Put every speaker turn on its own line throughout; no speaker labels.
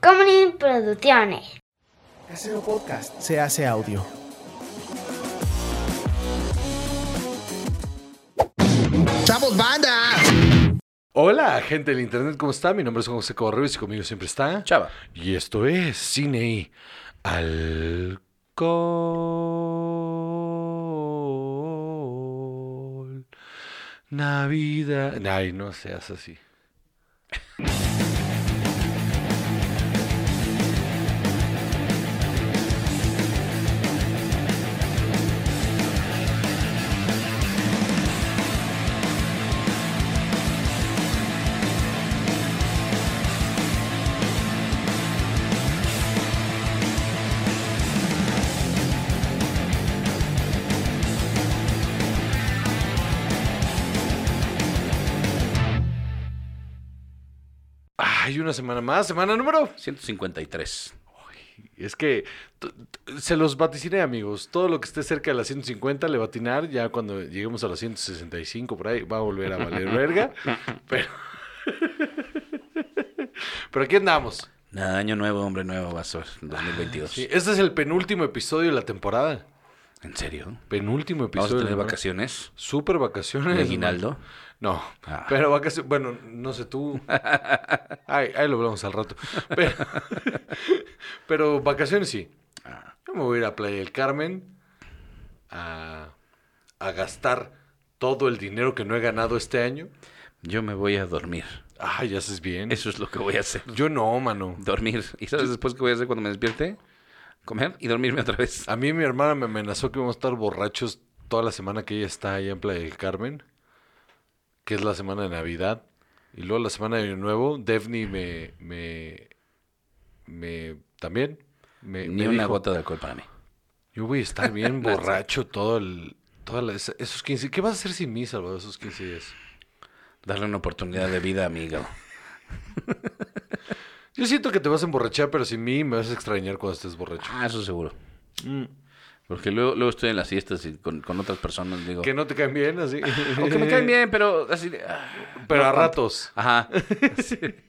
Tacomunin Producciones.
Casero Podcast se hace audio.
¡Chavos, banda!
Hola, gente del internet, ¿cómo está? Mi nombre es José Correos y conmigo siempre está
Chava.
Y esto es Cine y Alcohol. Navidad. Ay, no seas así. Ay, una semana más, semana número.
153.
Es que t- t- se los vaticiné, amigos. Todo lo que esté cerca de las 150 le va a atinar. Ya cuando lleguemos a las 165 por ahí va a volver a valer verga. Pero... Pero aquí andamos.
Nada, año nuevo, hombre nuevo, va a ser 2022.
Sí, este es el penúltimo episodio de la temporada.
¿En serio?
Penúltimo episodio.
¿Vamos a
de
tener
la-
vacaciones?
Super vacaciones.
¿Un aguinaldo?
No,
Ah.
pero vacaciones, bueno, no sé tú. Ay, ahí lo hablamos al rato. Pero, pero vacaciones sí.
Ah.
Yo me voy a ir a Playa del Carmen a, a gastar todo el dinero que no he ganado este año.
Yo me voy a dormir.
Ay, ya haces bien.
Eso es lo que voy a hacer.
Yo no, mano.
Dormir. ¿Y sabes después qué voy a hacer cuando me despierte? Comer y dormirme otra vez.
A mí mi hermana me amenazó que vamos a estar borrachos toda la semana que ella está allá en Playa del Carmen, que es la semana de Navidad. Y luego la semana de Año Nuevo, Devni me, me, me, también, me,
Ni
me
una
dijo,
gota de alcohol para mí.
yo voy a estar bien borracho todo el, toda la- esa- esos 15, ¿qué vas a hacer sin mí, Salvador, esos 15 días?
Darle una oportunidad de vida, amigo.
Yo siento que te vas a emborrachar, pero sin mí me vas a extrañar cuando estés borracho.
Ah, eso seguro.
Mm.
Porque luego, luego estoy en las fiestas y con, con otras personas digo...
Que no te caen bien, así.
O que me caen bien, pero así... de- ah,
Pero
no
a
tanto.
ratos.
Ajá. Sí. Bueno,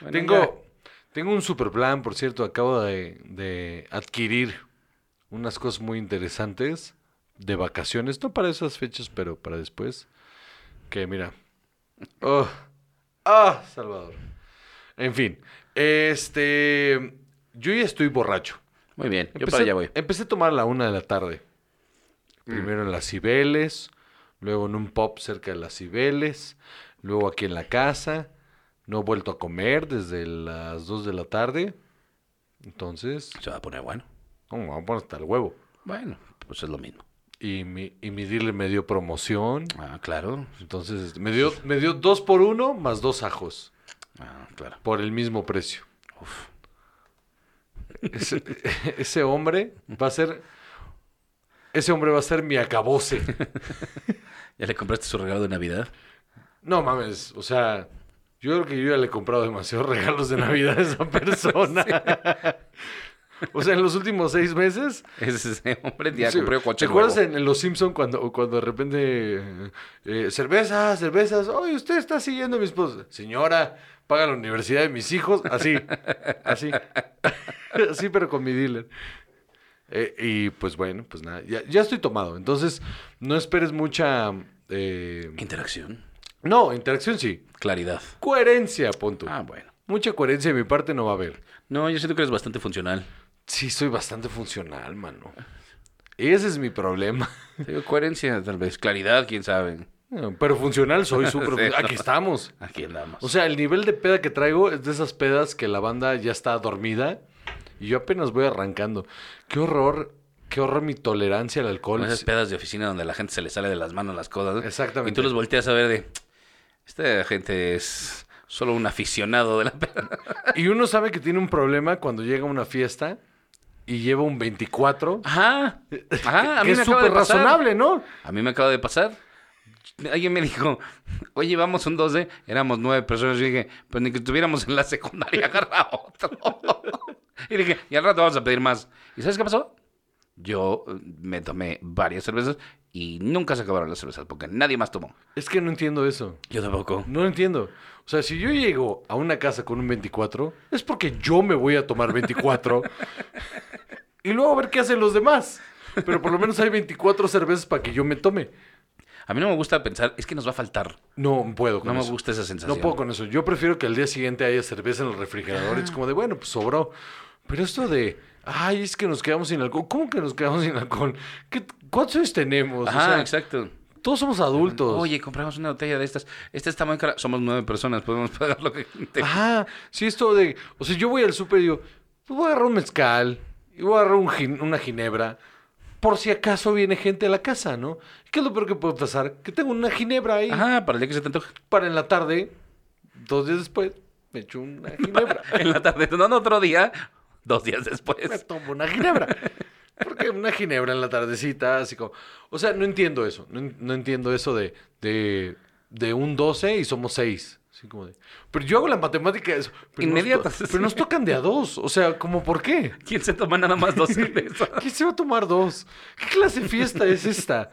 ya.
Tengo, tengo un super plan, por cierto. Acabo de, de adquirir unas cosas muy interesantes de vacaciones. No para esas fechas, pero para después. Que mira. Oh, ah, Salvador. En fin. Este. Yo ya estoy borracho.
Muy bien, yo
Empecé-
para allá voy. Mm.
Empecé a tomar a la una de la tarde. Primero en las Cibeles, luego en un pop cerca de las Cibeles, luego aquí en la casa. No he vuelto a comer desde las 2 de la tarde. Entonces,
Se va a poner bueno.
¿cómo vamos a poner hasta el huevo?
Bueno, pues es lo mismo.
Y mi, y mi dealer me dio promoción.
Ah, claro.
Entonces, me dio, me dio dos por uno más dos ajos
Ah, claro.
por el mismo precio.
Uf.
Ese, ese hombre va a ser. Ese hombre va a ser mi acabose.
¿Ya le compraste su regalo de Navidad?
No mames, o sea, yo creo que yo ya le he comprado demasiados regalos de Navidad a esa persona. O sea, en los últimos seis meses.
Ese, ese hombre ya
sí,
compró
¿Te
coche
acuerdas
nuevo.
en, en Los Simpson cuando, cuando de repente. eh, cervezas, cervezas. Oye, usted está siguiendo a mi esposa. Señora, paga la universidad de mis hijos. Así, así. así, pero con mi dealer. Eh, y pues bueno, pues nada. Ya, ya estoy tomado. Entonces, no esperes mucha. eh,
Interacción.
no, interacción sí.
Claridad.
Coherencia, punto.
Ah, bueno.
Mucha coherencia de mi parte no va a haber.
No, yo siento que eres bastante funcional.
Sí, soy bastante funcional, mano. Ese es mi problema.
Te digo, coherencia, tal vez. Claridad, quién sabe.
Pero funcional soy súper.
Sí,
funcional.
no.
Aquí estamos.
Aquí andamos.
O sea, el nivel de peda que traigo es de esas pedas que la banda ya está dormida y yo apenas voy arrancando. Qué horror, qué horror mi tolerancia al alcohol.
Con esas pedas de oficina donde la gente se le sale de las manos las cosas. ¿no?
Exactamente.
Y tú los volteas a ver de... Esta gente es solo un aficionado de la peda.
Y uno sabe que tiene un problema cuando llega a una fiesta y lleva un 24.
Ajá. Ajá. Ah, A mí
que
me
es
acaba de
súper
pasar.
razonable, ¿no?
A mí me acaba de pasar. Alguien me dijo, oye, vamos un 12, éramos nueve personas. Yo dije, pues ni que estuviéramos en la secundaria, agarra otro. y dije, y al rato vamos a pedir más. ¿Y sabes qué pasó? Yo eh, me tomé varias cervezas y nunca se acabaron las cervezas porque nadie más tomó.
Es que no entiendo eso.
Yo tampoco.
No lo entiendo. O sea, si yo llego a una casa con un 24, es porque yo me voy a tomar 24 y luego a ver qué hacen los demás. Pero por lo menos hay 24 cervezas para que yo me tome.
A mí no me gusta pensar, es que nos va a faltar.
No puedo con
No me
eso.
gusta esa sensación.
No puedo con eso. Yo prefiero que al día siguiente haya cerveza en el refrigerador.
Ah.
Es como de, bueno, pues sobró. Pero esto de, ay, es que nos quedamos sin alcohol. ¿Cómo que nos quedamos sin alcohol? ¿Qué- ¿Cuántos años tenemos? O
Ajá,
sea,
exacto.
Todos somos adultos.
Oye, compramos una botella de estas. Esta está muy cara. Somos nueve personas, podemos pagar lo que gente.
Ajá, Este, sí, esto de. O sea, yo voy al súper y digo, pues voy a agarrar un mezcal y voy a agarrar un gin- una ginebra. Por si acaso viene gente a la casa, ¿no? ¿Qué es lo peor que puede pasar? Que tengo una ginebra ahí
Ajá, para el día que se te antoje.
para en la tarde, dos días después, me echo una ginebra.
en la tarde. No, no, otro día, dos días
me
después.
tomo una ginebra. Porque una ginebra en la tardecita, así como... O sea, no entiendo eso. No, en- no entiendo eso de, de, de un 12 y somos 6. Así como de... Pero yo hago la matemática... de eso, pero nos to-
Inmediatas, sí.
pero nos tocan de a dos. O sea, como por qué?
¿Quién se toma nada más dos cervezas?
¿Quién se va a tomar dos? ¿Qué clase de fiesta es esta?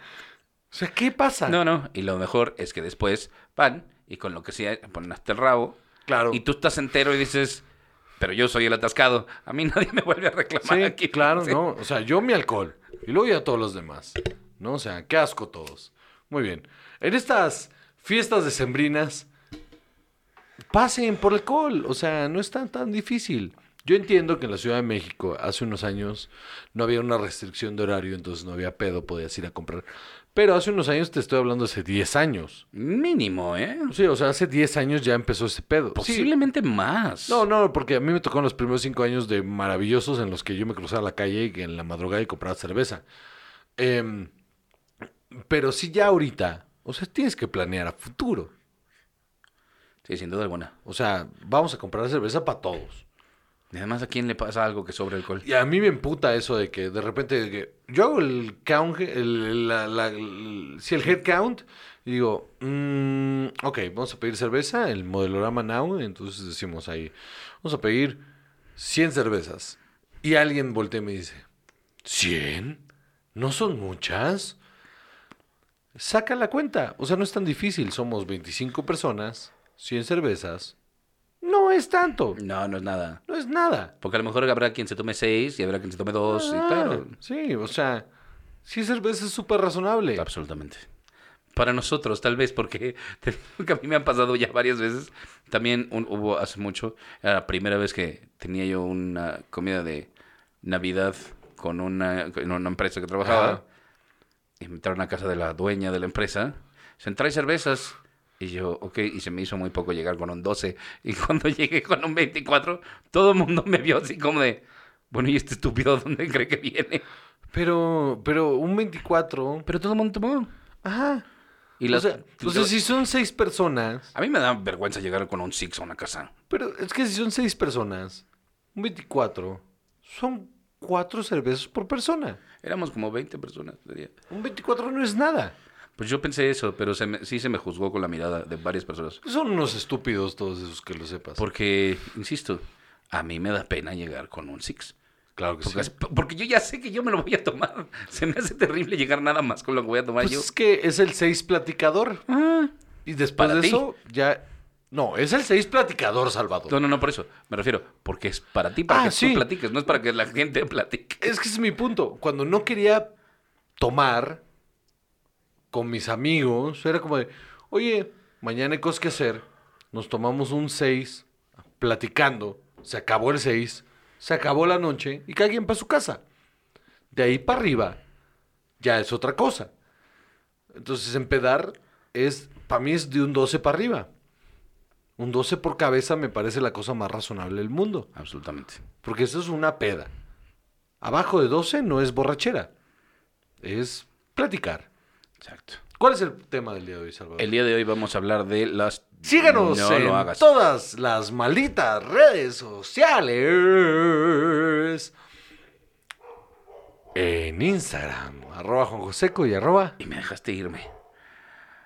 O sea, ¿qué pasa?
No, no. Y lo mejor es que después van y con lo que sea ponen hasta el rabo.
Claro.
Y tú estás entero y dices, pero yo soy el atascado. A mí nadie me vuelve a reclamar
Sí,
aquí.
claro,
Sí.
¿no? O sea, yo mi alcohol y luego ya todos los demás, ¿no? O sea, qué asco todos. Muy bien. En estas fiestas decembrinas, pasen por alcohol, o sea, no es tan, tan difícil. Yo entiendo que en la Ciudad de México hace unos años no había una restricción de horario, entonces no había pedo, podías ir a comprar. Pero hace unos años, te estoy hablando hace 10 años.
Mínimo, ¿eh?
Sí, o sea, hace 10 años ya empezó ese pedo.
Pues
Sí,
Posiblemente más.
no, no, porque a mí me tocaron los primeros cinco años de maravillosos en los que yo me cruzaba la calle y que en la madrugada y compraba cerveza. Em, pero sí ya ahorita, o sea, tienes que planear a futuro.
Sí, sin duda alguna.
O sea, vamos a comprar cerveza para todos.
Y además, ¿a quién le pasa algo que sobre alcohol?
Y a mí me emputa eso de que de repente de que yo hago el count, el, la- la- el- sí, el head count, y digo, mm, ok, vamos a pedir cerveza, el modelorama now, entonces decimos ahí, vamos a pedir 100 cervezas. Y alguien voltea y me dice, ¿100? ¿No son muchas? Saca la cuenta, o sea, no es tan difícil, somos 25 personas, 100 cervezas, no es tanto,
No, no es nada.
no es nada.
Porque a lo mejor habrá quien se tome seis y habrá quien se tome dos.
Ah,
y claro.
Sí, o sea, sí cerveza es súper razonable.
Absolutamente. Para nosotros, tal vez, porque te digo que a mí me han pasado ya varias veces. También un- hubo hace mucho, era la primera vez que tenía yo una comida de Navidad con una, con una empresa que trabajaba.
Ajá.
Y me entraron a casa de la dueña de la empresa. Se trae cervezas. Y yo, ok, y se me hizo muy poco llegar con un 12. Y cuando llegué con un 24, todo el mundo me vio así como de, bueno, ¿y este estúpido dónde cree que viene?
Pero, pero un 24.
Pero todo el mundo tomó.
Ajá.
Y las- pues
o sea, o sea, si son seis personas.
A mí me da vergüenza llegar con un six a una casa.
Pero es que si son seis personas, un 24, son cuatro cervezas por persona.
Éramos como 20 personas. diría.
Un 24 no es nada.
Pues yo pensé eso, pero se me- sí se me juzgó con la mirada de varias personas.
Son unos estúpidos todos esos que lo sepas.
Porque, insisto, a mí me da pena llegar con un six.
claro que
Porque,
sí.
porque yo ya sé que yo me lo voy a tomar. Se me hace terrible llegar nada más con lo que voy a tomar
Pues
yo.
es que es el seis platicador.
Ah.
Y después
Para
de
ti.
eso, ya. No, es el seis platicador, Salvador.
No, no, no, por eso. Me refiero, porque es para ti, para
Ah,
que
sí.
tú platiques, no es para que la gente platique.
Es que ese es mi punto. Cuando no quería tomar con mis amigos, era como de, oye, mañana hay cosas que hacer. Nos tomamos un 6 platicando. Se acabó el 6, se acabó la noche y cada quien para su casa. De ahí para arriba ya es otra cosa. Entonces empedar es, para mí es de un 12 para arriba. Un 12 por cabeza me parece la cosa más razonable del mundo.
Absolutamente.
Porque eso es una peda. Abajo de 12 no es borrachera. Es platicar.
Exacto.
¿Cuál es el tema del día de hoy, Salvador?
El día de hoy vamos a hablar de las...
Síganos
No
en
lo hagas.
todas las malditas redes sociales. En Instagram, arroba Juan Joseco y arroba...
Y me dejaste irme.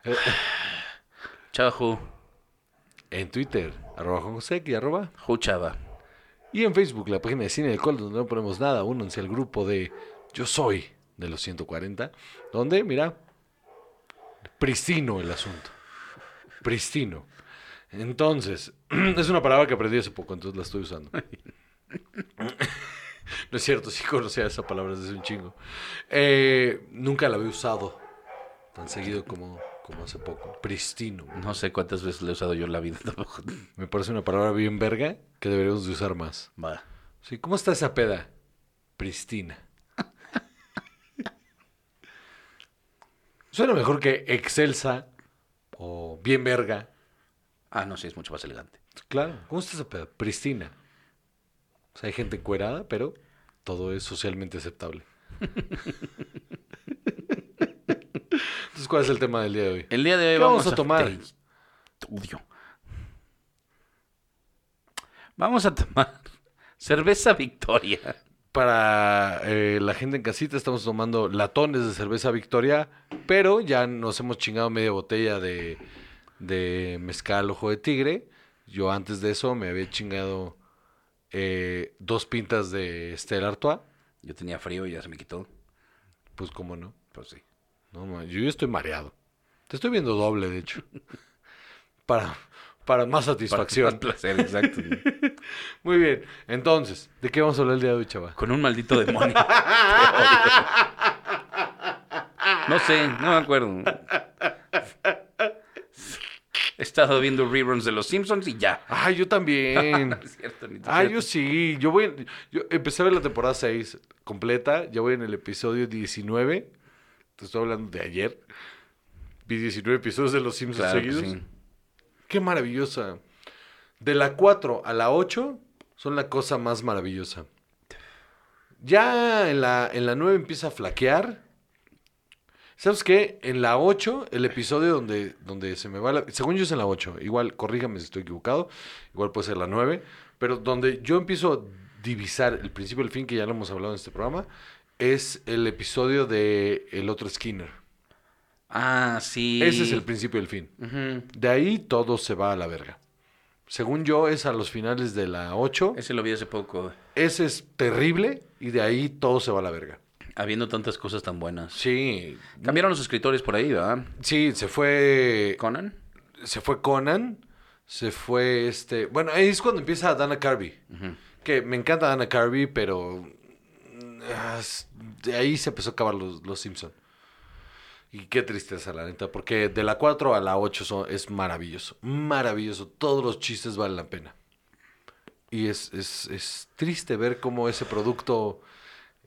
Eh.
Chao, Ju.
En Twitter, arroba Juan Joseco y arroba...
Ju Chava.
Y en Facebook, la página de Cine del Col, donde no ponemos nada. Únanse al grupo de Yo soy de los 140, donde, mira, pristino el asunto. Pristino. Entonces, es una palabra que aprendí hace poco, entonces la estoy usando. No es cierto, sí conocía esa palabra desde un chingo. Eh, nunca la había usado tan seguido como, como hace poco. Pristino.
No sé cuántas veces le he usado yo en la vida tampoco.
Me parece una palabra bien verga que deberíamos de usar más.
Va.
Sí, ¿cómo está esa peda? Pristina. Suena mejor que excelsa o bien verga.
Ah, no, sí, es mucho más elegante.
Claro. ¿Cómo está esa peda? Pristina. O sea, hay gente cuerada, pero todo es socialmente aceptable. Entonces, ¿cuál es el tema del día de hoy?
El día de hoy
¿Qué
vamos,
vamos a tomar?
Te odio. Vamos a tomar cerveza Victoria.
Para eh, la gente en casita estamos tomando latones de cerveza Victoria, pero ya nos hemos chingado media botella de, de mezcal ojo de tigre. Yo antes de eso me había chingado eh, dos pintas de Estela Artois.
Yo tenía frío y ya se me quitó.
Pues cómo no.
Pues sí.
No, ma- yo ya estoy mareado. Te estoy viendo doble, de hecho. Para, para más
Para
satisfacción.
más placer, exacto.
Muy bien. Entonces, ¿de qué vamos a hablar el día de hoy, chaval?
Con un maldito demonio. Te odio. No sé, no me acuerdo. He estado viendo reruns de Los Simpsons y ya.
Ay, Ah, yo también.
Es cierto, ni te
Ah,
cierto.
yo sí. Yo voy. Yo empecé a ver la temporada 6 completa. Ya voy en el episodio 19. Te estoy hablando de ayer. Vi 19 episodios de Los Simpsons
Claro que
seguidos.
sí.
Qué maravillosa. De la 4 a la 8 son la cosa más maravillosa. Ya en la, en la 9 empieza a flaquear. ¿Sabes qué? En la 8, el episodio donde, donde se me va la... Según yo es en la 8. Igual, corrígame si estoy equivocado. Igual puede ser la 9. Pero donde yo empiezo a divisar el principio y el fin, que ya lo hemos hablado en este programa, es el episodio de El otro Skinner.
Ah, sí.
Ese es el principio y el fin.
Ujú.
De ahí todo se va a la verga. Según yo, es a los finales de la 8.
Ese lo vi hace poco.
Ese es terrible y de ahí todo se va a la verga.
Habiendo tantas cosas tan buenas.
Sí.
Cambiaron los escritores por ahí, ¿verdad?
Sí, se fue.
Conan.
Se fue Conan. Se fue este. Bueno, ahí es cuando empieza Dana Carvey. Que me encanta Dana Carvey, pero. mm, ah, es- De ahí se empezó a acabar los, los Simpson. Y qué tristeza, la neta. Porque de la 4 a la 8 son- es maravilloso. Maravilloso. Todos los chistes valen la pena. Y es, es, es triste ver cómo ese producto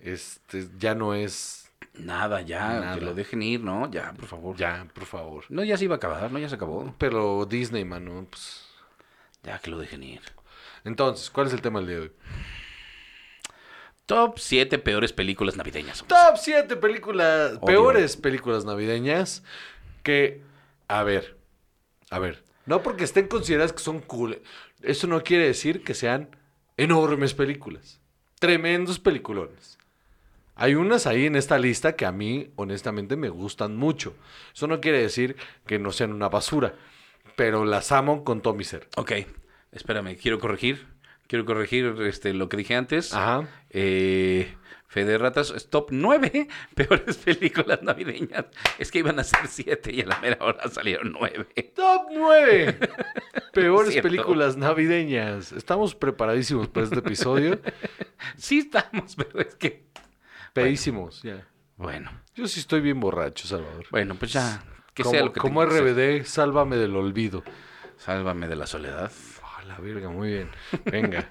este, ya no es.
Nada, ya.
Nada.
Que lo dejen ir, ¿no? Ya, por favor.
Ya, por favor.
No, ya se iba a acabar, ¿no? Ya se acabó.
Pero Disney, mano, pues.
Ya que lo dejen ir.
Entonces, ¿cuál es el tema del día de hoy?
Top 7 peores películas navideñas.
Top 7 películas,
Odio.
peores películas navideñas que, a ver, a ver, no porque estén consideradas que son cool, eso no quiere decir que sean enormes películas, tremendos peliculones. Hay unas ahí en esta lista que a mí, honestamente, me gustan mucho. Eso no quiere decir que no sean una basura, pero las amo con todo mi ser.
Ok, espérame, quiero corregir. Quiero corregir este, lo que dije antes.
Ajá.
Eh, Fede Ratas, es top 9 peores películas navideñas. Es que iban a ser 7 y a la mera hora salieron 9.
Top 9. Peores
Cierto.
películas navideñas. Estamos preparadísimos para este episodio.
Sí estamos, pero es que...
Pedísimos, ya.
Bueno,
Yo sí estoy bien borracho, Salvador.
bueno, pues ya. Que
como
sea lo que
como
tenga que ser.
RBD, sálvame del olvido.
Sálvame de la soledad.
Ah, la verga, muy bien. Venga.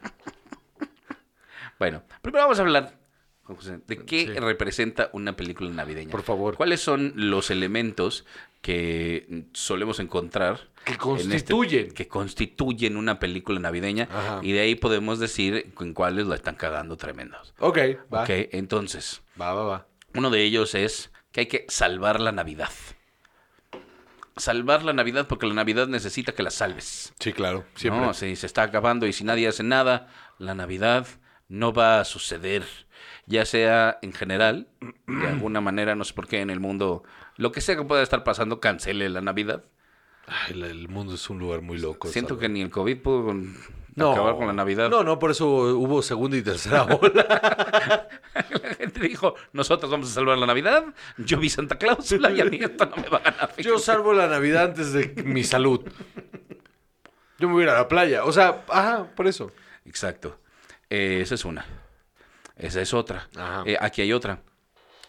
Bueno, primero vamos a hablar, Juan José, de qué
Sí.
representa una película navideña.
Por favor.
¿Cuáles son los elementos que solemos encontrar?
Que
en este-
constituyen.
que constituyen una película navideña.
Ajá.
Y de ahí podemos decir en cuáles la están cagando tremendos.
ok, va.
Ok, entonces,
Va, va, va.
uno de ellos es que hay que salvar la Navidad. Salvar la Navidad porque la Navidad necesita que la salves.
Sí, claro, siempre.
No, sí, se está acabando y si nadie hace nada, la Navidad no va a suceder. Ya sea en general, de alguna manera, no sé por qué en el mundo, lo que sea que pueda estar pasando, cancele la Navidad.
Ay, la- el mundo es un lugar muy loco.
Siento que
Salvador.
ni el COVID pudo con- acabar con la Navidad.
No, no, por eso hubo segunda y tercera ola.
La gente presidente dijo, nosotros vamos a salvar la Navidad, yo vi Santa Claus, la y a mí esto no me va a ganar.
Yo salvo la Navidad antes de mi salud. Yo me voy a ir a la playa. O sea, ajá, por eso.
Exacto. Eh, esa es una. Esa es otra.
Ajá.
Eh, aquí hay otra.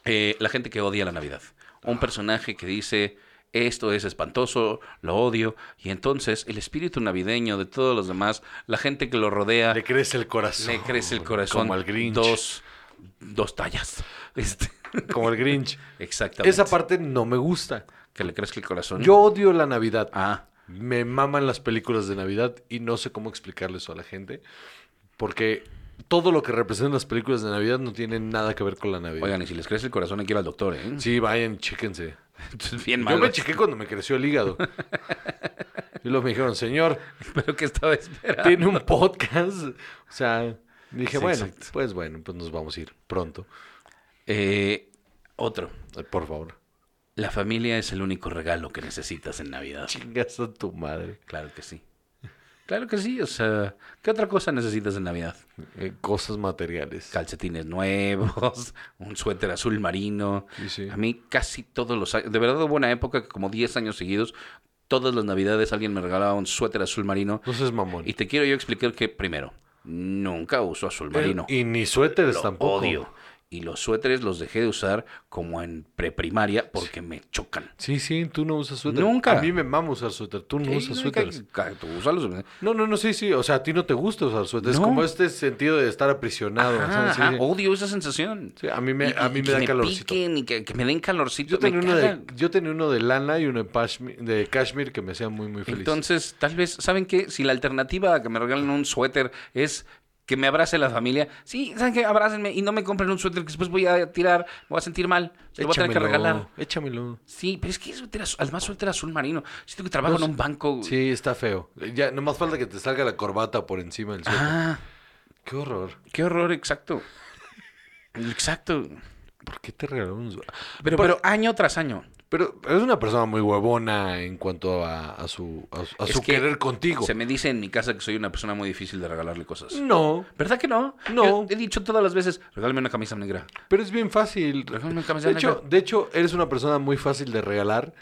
Eh, la gente que odia la Navidad. Un personaje que dice, esto es espantoso, lo odio. Y entonces el espíritu navideño de todos los demás, la gente que lo rodea,
Le crece el corazón.
le crece el corazón.
Como al Grinch.
Dos, dos tallas. Este,
Como el Grinch.
exactamente.
Esa parte no me gusta.
Que le crezca el corazón.
Yo odio la Navidad.
¿Mm? Ah,
Me maman las películas de Navidad y no sé cómo explicarle eso a la gente. Porque todo lo que representan las películas de Navidad no tiene nada que ver con la Navidad.
oigan, y si les crece el corazón, hay que ir al doctor, ¿eh?
Sí, vayan, chéquense.
Entonces, bien
Yo
malo.
me chequé cuando me creció el hígado. y luego me dijeron, señor,
Pero que estaba esperando.
tiene un podcast. O sea, dije,
Sí,
bueno,
exacto.
pues bueno, pues nos vamos a ir pronto.
Eh, otro.
Eh, Por favor.
La familia es el único regalo que necesitas en Navidad.
Chingas a tu madre.
Claro que sí. Claro que sí. O sea, ¿qué otra cosa necesitas en Navidad?
Eh, cosas materiales.
Calcetines nuevos, un suéter azul marino.
Sí, sí.
A mí casi todos los años, de verdad hubo una época que como 10 años seguidos, todas las Navidades alguien me regalaba un suéter azul marino.
Entonces, mamón.
Y te quiero yo explicar que primero, nunca uso azul marino.
Eh, Y ni suéteres
Lo
tampoco.
odio. Y los suéteres los dejé de usar como en preprimaria porque me chocan.
Sí, sí, tú no usas suéter.
Nunca.
A mí me mama usar suéter. Tú no usas suéteres.
Tú úsalos.
No, no, no, sí, sí. O sea, a ti no te gusta usar suéter. Es
No.
como este sentido de estar aprisionado.
Ajá,
¿sabes? Sí,
ajá,
sí.
Odio esa sensación.
Sí, a mí me,
Y-
a
y
mí me
que
da calorcito.
piquen y que, que me den calorcito.
Yo
me
tenía, uno de,
cagan.
yo tenía uno de lana y uno de pashmi- de cashmere que me hacía muy, muy feliz.
Entonces, tal vez, ¿saben qué? Si la alternativa a que me regalen un suéter es que me abrace la familia, sí, ¿saben qué? Abrácenme y no me compren un suéter que después voy a tirar, me voy a sentir mal, te lo voy a tener que regalar.
Échamelo.
Sí, pero es que es suéter azul- además suéter azul marino. Siento que trabajo en un banco.
Sí, está feo. Ya, nomás falta que te salga la corbata por encima del suéter.
Ah,
Qué horror.
qué horror, exacto. Exacto.
¿Por qué te regalaron un suéter?
Pero, pero año tras año.
Pero es una persona muy huevona en cuanto a, a su, a, su- a
Es
su
que
querer contigo.
Se me dice en mi casa que soy una persona muy difícil de regalarle cosas.
No,
¿Verdad que no?
No.
Yo he dicho todas las veces, regálame una camisa negra.
pero es bien fácil.
Regálame una camisa
De hecho,
negra.
de hecho, eres una persona muy fácil de regalar.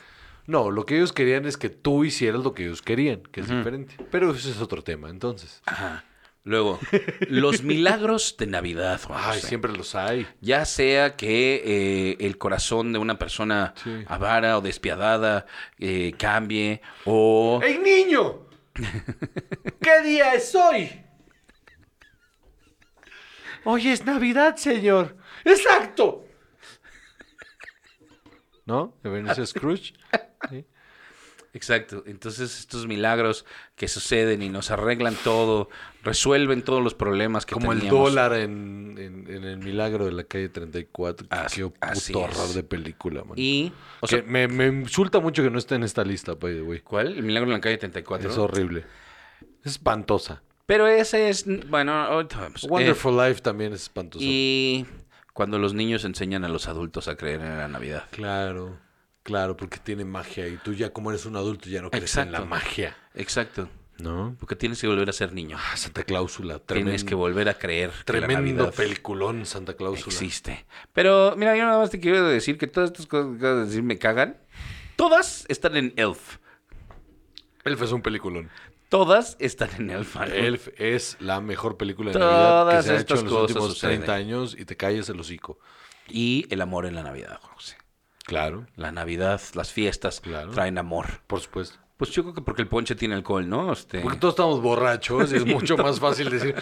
No, lo que ellos querían es que tú hicieras lo que ellos querían, que es diferente. Pero ese es otro tema, entonces.
Ajá. Luego, los milagros de Navidad, Juan
Ay,
José.
siempre los hay.
Ya sea que eh, el corazón de una persona
Sí.
avara o despiadada eh, cambie o...
¡Ey, niño! ¿Qué día es hoy? Hoy es Navidad, señor. ¡Exacto! ¿No? ¿De Ebenezer Scrooge? Sí.
Exacto. Entonces, estos milagros que suceden y nos arreglan todo, resuelven todos los problemas que
Como el
teníamos.
dólar en, en- en el milagro de la calle 34. que
As-
Qué puto
así es.
horror de película, man.
Y... O
Que
sea,
me, me insulta mucho que no esté en esta lista, by the way.
¿Cuál? El milagro en la calle 34.
Es horrible. Es espantosa.
Pero ese es... Bueno, ahorita vamos. Eh,
Pues Wonderful Life también es espantoso.
Y cuando los niños enseñan a los adultos a creer en la Navidad.
Claro, claro, porque tiene magia y tú ya como eres un adulto ya no crees en la
Exacto.
magia,
Exacto.
¿no?
Porque tienes que volver a ser niño.
Ah, Santa Cláusula,
Tienes
tremendo,
que volver a creer que la
tremendo
Navidad
peliculón Santa Cláusula.
existe. Pero mira, yo nada más te quiero decir que todas estas cosas que acabas de decir me cagan. Todas están en Elf.
Elf es un peliculón.
Todas están en Elf. Manuel.
Elf es la mejor película de Navidad que
Todas
se ha hecho
estas
en los
cosas
últimos
suceden.
30 años y te calles el hocico.
Y el amor en la Navidad, José.
Claro,
La Navidad, las fiestas
Claro.
traen amor.
por supuesto.
Pues yo creo que porque el ponche tiene alcohol, ¿no? Este...
Porque todos estamos borrachos y es mucho más fácil decir,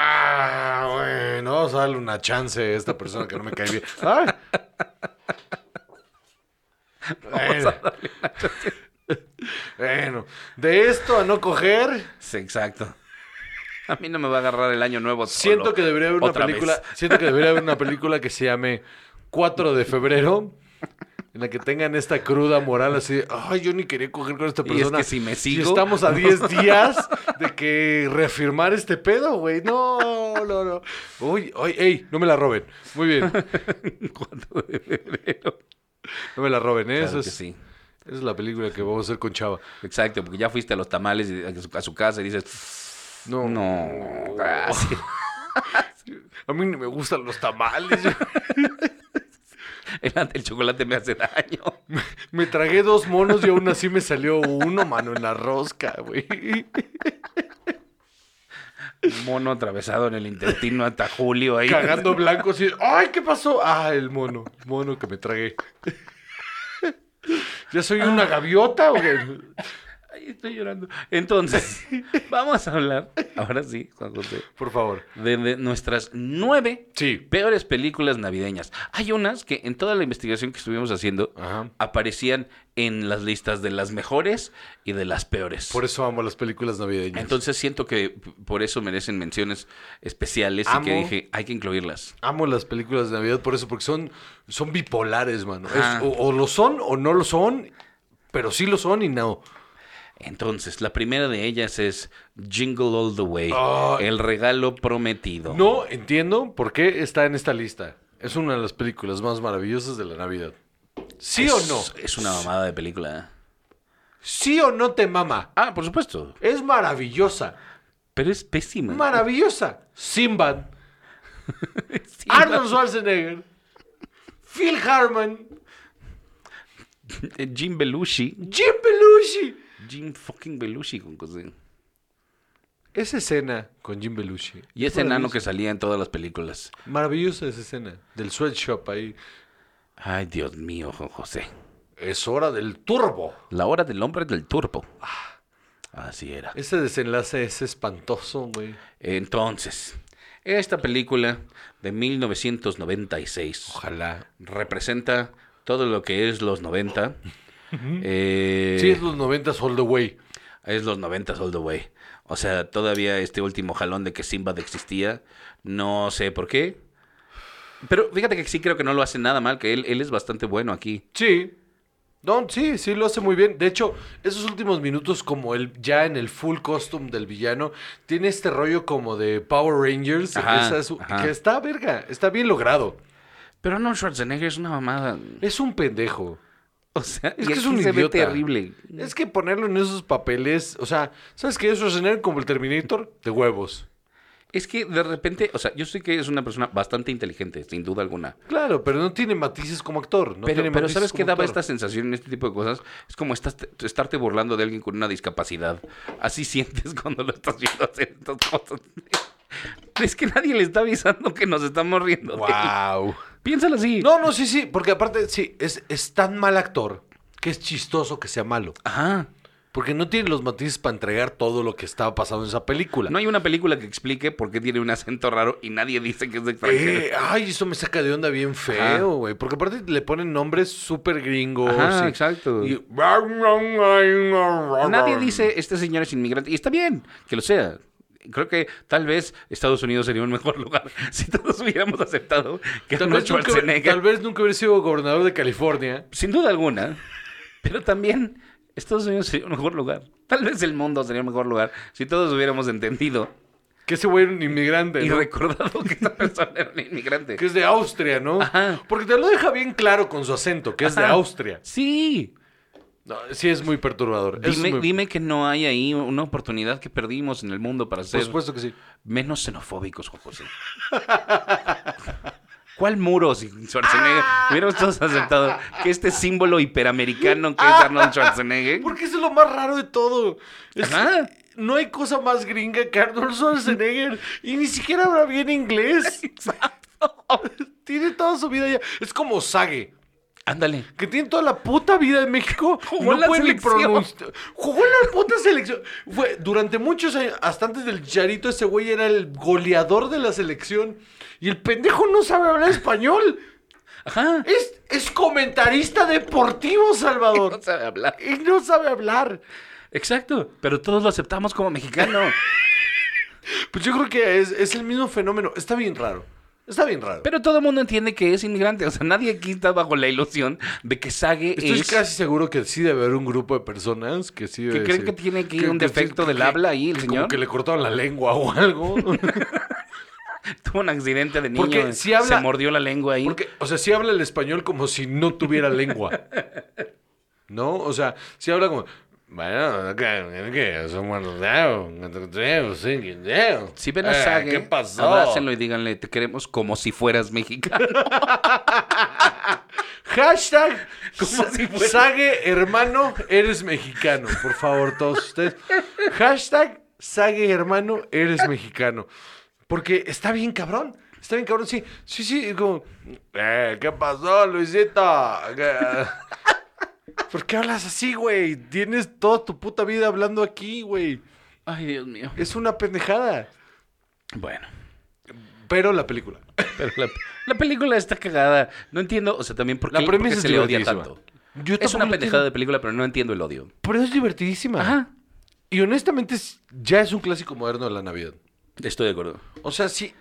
ah, bueno, vamos a darle una chance a esta persona que no me cae bien. Ah. Bueno. Bueno, de esto a no coger,
Sí, exacto. A mí no me va a agarrar el año nuevo. solo.
siento que debería haber una
Otra
película,
vez.
siento que debería haber una película que se llame 4 de febrero. En la que tengan esta cruda moral así de, ay, yo ni quería coger con esta
Y es
persona.
que si me sigo-
estamos a 10 días de que reafirmar este pedo, güey. No, no, no. Uy, uy, ey, no me la roben. Muy bien.
Cuatro de febrero.
No me la roben, ¿eh?
Claro
Eso
que
es,
sí.
esa es la película que vamos a hacer con Chava.
Exacto, porque ya fuiste a los tamales y a su, a su casa y dices,
No.
no, gracias.
A mí ni me gustan los tamales.
El, el chocolate me hace daño.
me tragué dos monos y aún así me salió uno, mano, en la rosca, güey.
Mono atravesado en el intestino hasta julio ahí.
Cagando blanco así. ¡Ay, qué pasó! Ah, el mono. El mono que me tragué. ¿Ya soy una gaviota o qué?
Ay, estoy llorando. Entonces, vamos a hablar, ahora sí, Juan José,
Por favor.
de, de nuestras nueve
Sí.
peores películas navideñas. Hay unas que en toda la investigación que estuvimos haciendo
Ajá.
aparecían en las listas de las mejores y de las peores.
Por eso amo las películas navideñas.
Entonces siento que p- por eso merecen menciones especiales y que
Amo.
dije, hay que incluirlas.
Amo las películas de Navidad por eso, porque son, son bipolares, mano. Es-
Ajá.
o, o lo son o no lo son, pero sí lo son y no.
Entonces, la primera de ellas es Jingle All the Way,
Ah.
el regalo prometido.
No entiendo por qué está en esta lista. Es una de las películas más maravillosas de la Navidad. ¿Sí o
Es-
no?
Es una mamada de película.
¿Sí o no te mama?
Ah, por supuesto.
Es maravillosa.
Pero es pésima.
Maravillosa. Simbad.
Sí,
Arnold Schwarzenegger. Phil Harman.
eh, Jim Belushi.
Jim Belushi.
Jim fucking Belushi con cosas.
Esa escena con Jim Belushi.
Y ese enano que salía en todas las películas.
Maravillosa esa escena. Del sweatshop ahí.
Ay, Dios mío, Juan José.
Es hora del turbo.
La hora del hombre del turbo. Ah, así era.
Ese desenlace es espantoso, güey.
Entonces, esta película de 1996
Ojalá.
representa todo lo que es los 90. Eh,
Sí, es los 90 all the way.
Es los 90 all the way. O sea, todavía este último jalón de que Simbad existía. No sé por qué. Pero fíjate que sí creo que no lo hace nada mal, que él, él es bastante bueno aquí.
Sí. No, sí, sí, lo hace muy bien. De hecho, esos últimos minutos, como él ya en el full costume del villano, tiene este rollo como de Power Rangers.
Ajá,
esa es-
ajá.
que está verga, está bien logrado.
Pero no, Schwarzenegger es una mamada.
Es un pendejo.
O sea,
Es
y
que es
aquí
un
se
idiota.
ve terrible.
Es que ponerlo en esos papeles, o sea, ¿sabes qué? Eso es como el Terminator de huevos.
Es que de repente, o sea, yo sé que es una persona bastante inteligente, sin duda alguna.
Claro, pero no tiene matices como actor. No
pero,
tiene
pero
matices
¿sabes qué
como
daba
actor.
esta sensación en este tipo de cosas? Es como estás, estarte burlando de alguien con una discapacidad. Así sientes cuando lo estás viendo hacer estas cosas. Es que nadie le está avisando que nos estamos riendo. de él.
¡Wow!
Piénsalo así.
No, no, sí, sí, porque aparte, sí, es, es tan mal actor que es chistoso que sea malo.
Ajá.
Porque no tiene los matices para entregar todo lo que estaba pasando en esa película.
No hay una película que explique por qué tiene un acento raro y nadie dice que es de extranjero.
Eh, ay, eso me saca de onda bien
Ajá.
feo, güey. Porque aparte le ponen nombres súper gringos.
Ajá,
y-
exacto.
oh, y-
Nadie dice, este señor es inmigrante. Y está bien que lo sea. Creo que tal vez Estados Unidos sería un mejor lugar si todos hubiéramos aceptado que
Tal
Arnold
vez, nunca,
Schwarzenegger.
tal vez nunca hubiera sido gobernador de California.
Sin duda alguna. Pero también Estados Unidos sería un mejor lugar. Tal vez el mundo sería un mejor lugar si todos hubiéramos entendido
Que ese güey era un inmigrante,
y
¿no?
recordado que esta persona era un inmigrante.
Que es de Austria, ¿no?
Ajá.
Porque te lo deja bien claro con su acento, que es de
Ajá.
Austria.
Sí.
No, sí, es muy perturbador. Es
Dime,
muy-
dime que no hay ahí una oportunidad que perdimos en el mundo para
Por
ser
supuesto que sí.
menos xenofóbicos, Juan José. ¿Cuál muro si Schwarzenegger?
Ah.
Hubiéramos todos aceptado que este símbolo hiperamericano que es Arnold Schwarzenegger.
Ah. Porque eso es lo más raro de todo. Es-
Ajá.
No hay cosa más gringa que Arnold Schwarzenegger. y ni siquiera habla bien inglés. tiene toda su vida ya. Es como Sage.
Ándale.
Que tiene toda la puta vida en México.
Jugó
no
en la
puede ni
selección.
pronunciar. Jugó en la puta selección. Fue, durante muchos años, hasta antes del Charito, ese güey era el goleador de la selección. Y el pendejo no sabe hablar español.
Ajá.
Es, es comentarista deportivo, Salvador.
No sabe hablar.
Y no sabe hablar.
Exacto, pero todos lo aceptamos como mexicano.
Pues yo creo que es, es el mismo fenómeno. Está bien raro. Está bien raro.
Pero todo el mundo entiende que es inmigrante. O sea, nadie aquí está bajo la ilusión de que Sage
Estoy
es...
casi seguro que sí debe haber un grupo de personas que sí debe
creen
ser-
que tiene que un defecto del
que-
habla ahí, el
que
señor.
Como que le cortaron la lengua o algo.
Tuvo un accidente de niño.
Porque si habla-
Se mordió la lengua ahí.
Porque, o sea, sí habla el español como si no tuviera lengua. ¿No? O sea, sí habla como... Bueno, que somos
Si ven a Sage,
Eh, ¿Qué pasó?
abrácenlo y díganle, te queremos como si fueras mexicano.
Hashtag
Como si fuera-
Sage, hermano, eres mexicano. Por favor, todos ustedes. Hashtag Sage, hermano, eres mexicano. Porque está bien cabrón. Está bien cabrón, sí. Sí, sí. Como, eh, ¿Qué pasó, Luisito? ¿Qué- ¿Por qué hablas así, güey? Tienes toda tu puta vida hablando aquí, güey.
Ay, Dios mío.
Es una pendejada.
Bueno,
Pero la película.
pero la, la película está cagada. No entiendo, o sea, también por
La
qué, por qué
premisa es
se le odia
divertidísima.
tanto.
Yo
es
tampoco
una
lo
pendejada
entiendo.
de película, pero no entiendo el odio.
Pero es divertidísima.
Ajá.
Y honestamente es- ya es un clásico moderno de la Navidad.
Estoy de acuerdo.
O sea, sí,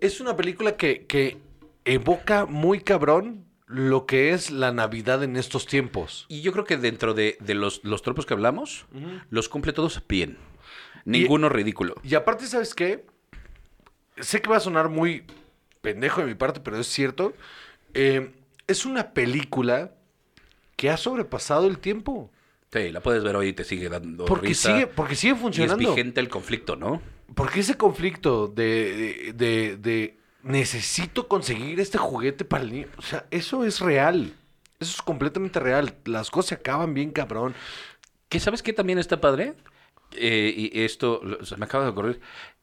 es una película que, que evoca muy cabrón lo que es la Navidad en estos tiempos.
Y yo creo que dentro de, de los, los tropos que hablamos, los cumple todos bien. Ninguno ridículo.
Y aparte, ¿sabes qué? Sé que va a sonar muy pendejo de mi parte, pero es cierto. Eh, es una película que ha sobrepasado el tiempo.
Sí, la puedes ver hoy y te sigue dando
Porque
risa.
sigue, porque sigue
y es
funcionando.
vigente el conflicto, ¿no?
Porque ese conflicto de, de, de- de necesito conseguir este juguete para el niño, o sea, eso es real. Eso es completamente real. Las cosas se acaban bien cabrón.
¿Que sabes qué también está padre? Eh, y esto lo- se me acaba de ocurrir.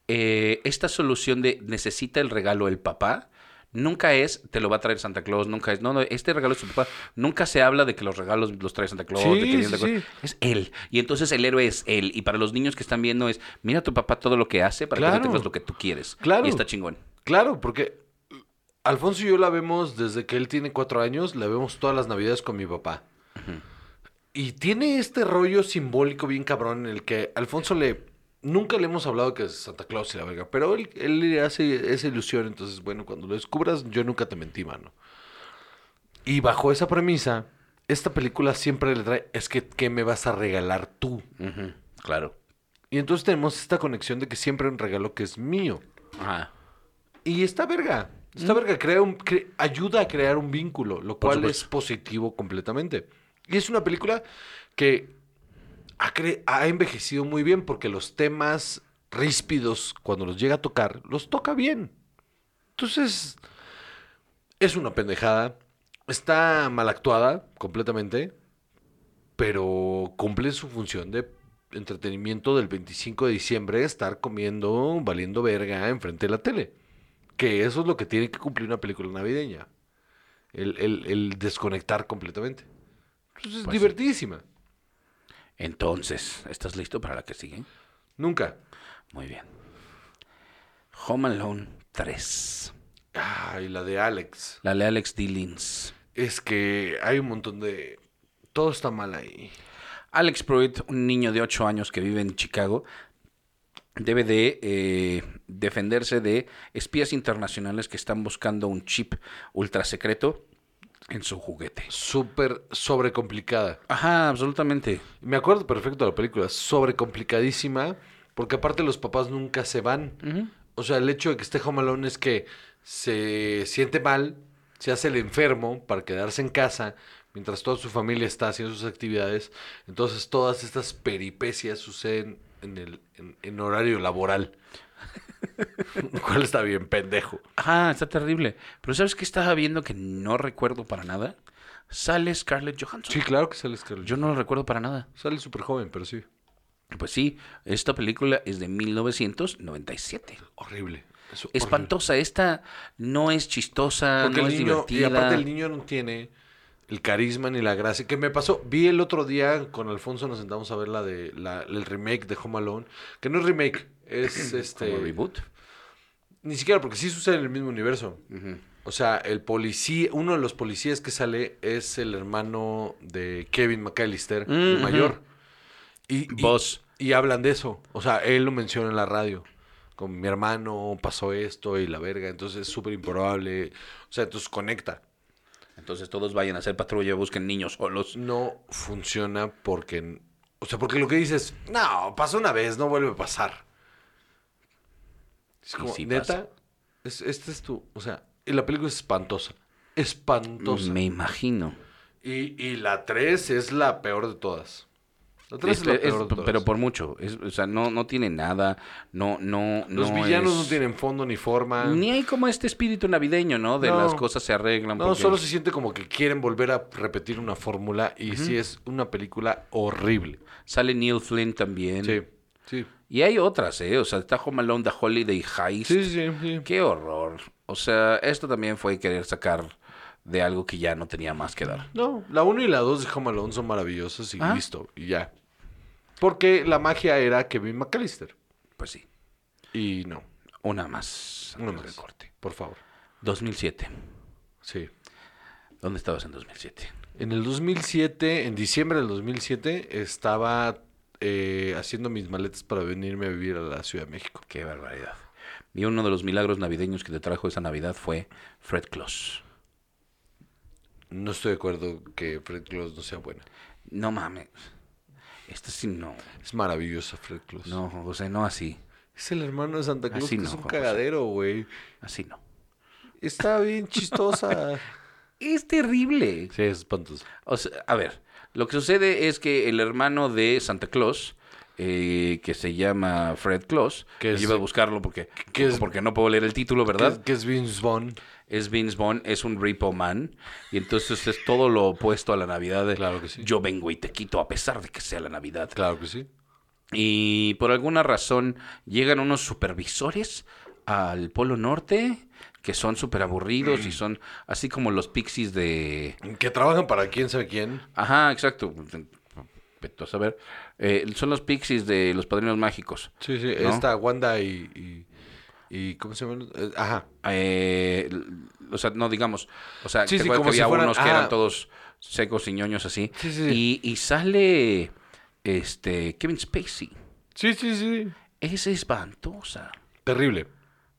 Eh, esta solución de necesita el regalo el papá. Nunca es, te lo va a traer Santa Claus, nunca es, no, no, este regalo es tu papá. Nunca se habla de que los regalos los trae Santa Claus, de que
Sí,
viene
sí,
Santa Claus.
sí.
Es él. Y entonces el héroe es él. Y para los niños que están viendo es, mira a tu papá todo lo que hace para que
Claro.
tú tengas lo que tú quieres.
Claro.
Y está chingón.
Claro, porque Alfonso y yo la vemos desde que él tiene cuatro años, la vemos todas las navidades con mi papá. Y tiene este rollo simbólico bien cabrón en el que Alfonso le... Nunca le hemos hablado que es Santa Claus y la verga, pero él, él le hace esa ilusión, entonces, bueno, cuando lo descubras, yo nunca te mentí, mano. Y bajo esa premisa, esta película siempre le trae, es que, ¿qué me vas a regalar tú?
Ujú, Claro.
Y entonces tenemos esta conexión de que siempre hay un regalo que es mío.
Ajá.
Y está verga. Está verga. Crea un, cre- ayuda a crear un vínculo, lo cual es
supuesto.
positivo completamente. Y es una película que ha, cre- ha envejecido muy bien porque los temas ríspidos, cuando los llega a tocar, los toca bien. Entonces, es una pendejada. Está mal actuada completamente, pero cumple su función de entretenimiento del 25 de diciembre, estar comiendo, valiendo verga enfrente de la tele. Que eso es lo que tiene que cumplir una película navideña. El, el- el desconectar completamente. Entonces es
Pues sí.
divertidísima.
Entonces, ¿estás listo para la que sigue?
Nunca.
Muy bien. Home Alone 3.
Ay, la de Alex.
La de Alex D. Lins.
Es que hay un montón de... Todo está mal ahí.
Alex Pruitt, un niño de 8 años que vive en Chicago, debe de eh, defenderse de espías internacionales que están buscando un chip ultra secreto en su juguete.
Súper sobrecomplicada.
Ajá, absolutamente.
Me acuerdo perfecto de la película, sobrecomplicadísima, porque aparte los papás nunca se van. O sea, el hecho de que esté Home Alone es que se siente mal, se hace el enfermo para quedarse en casa, mientras toda su familia está haciendo sus actividades. Entonces todas estas peripecias suceden en, el, en, en horario laboral. Lo cual está bien pendejo.
Ajá, está terrible. Pero ¿sabes qué estaba viendo que no recuerdo para nada? Sale Scarlett Johansson.
Sí, claro que sale Scarlett.
Yo no lo recuerdo para nada.
Sale súper joven, pero sí.
Pues sí, esta película es de 1997.
Horrible. Es horrible.
espantosa. Esta no es chistosa,
Porque
Ah, no
el
es
niño,
divertida.
y aparte el niño no tiene el carisma ni la gracia. Que me pasó, vi el otro día con Alfonso, nos sentamos a ver la de la- el remake de Home Alone, que no es remake, es este...
Como reboot.
Ni siquiera, porque sí sucede en el mismo universo. O sea, el policía, uno de los policías que sale es el hermano de Kevin McAllister, el
Mm,
mayor. Y, y-
Buzz.
Y, hablan de eso. O sea, él lo menciona en la radio. Con mi hermano pasó esto y la verga. Entonces es súper improbable. O sea, entonces conecta.
Entonces todos vayan a hacer patrulla, busquen niños solos.
No funciona porque... O sea, porque lo que dices, no, pasó una vez, no vuelve a pasar. Es
Y
como,
sí pasa.
neta, es- este es tu... O sea, y la película es espantosa. Espantosa.
Me imagino.
Y, y la 3 es la peor de todas. Otra vez
Es-
es lo
Este es-
peor de todo
pero
eso.
por mucho. Es- o sea, no, no tiene nada. No, no,
Los
no
villanos
es-
no tienen fondo ni forma.
Ni hay como este espíritu navideño, ¿no? De
No.
las cosas se arreglan.
No,
porque-
solo se siente como que quieren volver a repetir una fórmula y sí es una película horrible.
Sale Neil Flynn también.
Sí, sí.
Y hay otras, ¿eh? O sea, está Home Alone, The Holiday Heist.
Sí, sí, sí.
Qué horror. O sea, esto también fue querer sacar de algo que ya no tenía más que dar.
No, la 1 y la 2 de Home Alone son maravillosas y
Ah.
listo, y ya. Porque la magia era Kevin McAllister.
Pues sí,
Y no,
una más.
no
antes
más.
del corte.
Por favor.
2007.
Sí.
¿Dónde estabas en 2007?
En el 2007, en diciembre del 2007, estaba eh, haciendo mis maletas para venirme a vivir a la Ciudad de México.
Qué barbaridad. Y uno de los milagros navideños que te trajo esa Navidad fue Fred Claus.
No estoy de acuerdo que Fred Claus no sea buena.
No mames. Esto sí no.
Es maravillosa Fred Claus.
No, José, no así.
Es el hermano de Santa Claus
Así
que
no,
es un
Juan José.
cagadero, güey.
Así no.
Está bien chistosa.
Es terrible.
sí, es espantoso.
O sea, a ver, lo que sucede es que el hermano de Santa Claus, eh, que se llama Fred Claus,
Que
que
es-
iba a buscarlo porque,
que es-
porque no puedo leer el título, ¿verdad?
Que, que es Vince Vaughn.
Es Vince Vaughn, es un Repo Man, y entonces es todo lo opuesto a la Navidad. de,
Claro que sí.
Yo vengo y te quito a pesar de que sea la Navidad.
Claro que sí.
Y por alguna razón llegan unos supervisores al Polo Norte que son súper aburridos y son así como los pixies de,
Que trabajan para quién sabe quién.
Ajá, exacto. Vete a saber. Eh, son los pixies de los padrinos mágicos.
Sí, sí.
¿no?
Esta Wanda y, y, y- ¿Cómo se llaman? Eh, Ajá.
Eh, l- o sea, no digamos. O sea,
Sí,
te
sí,
acuerdas
como
que
si
había
fueran-
unos que
ajá.
eran todos secos y ñoños así.
Sí, sí, sí.
Y, y sale este Kevin Spacey.
Sí, sí, sí.
Es espantosa.
Terrible.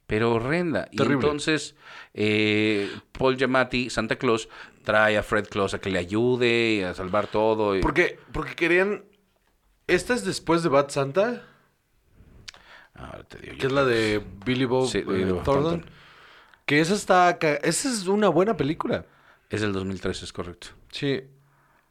Pero horrenda. Y
Terrible.
entonces eh, Paul Giamatti, Santa Claus, trae a Fred Claus a que le ayude y a salvar todo. y-
Porque, porque querían. Esta es después de Bad Santa,
Ahora Ah, te digo yo.
que es la de Billy Bob
Sí,
eh,
Billy Bob
Thornton.
Thornton.
Que esa está. ca- Esa es una buena película.
Es del 2003, es correcto.
Sí. Eh,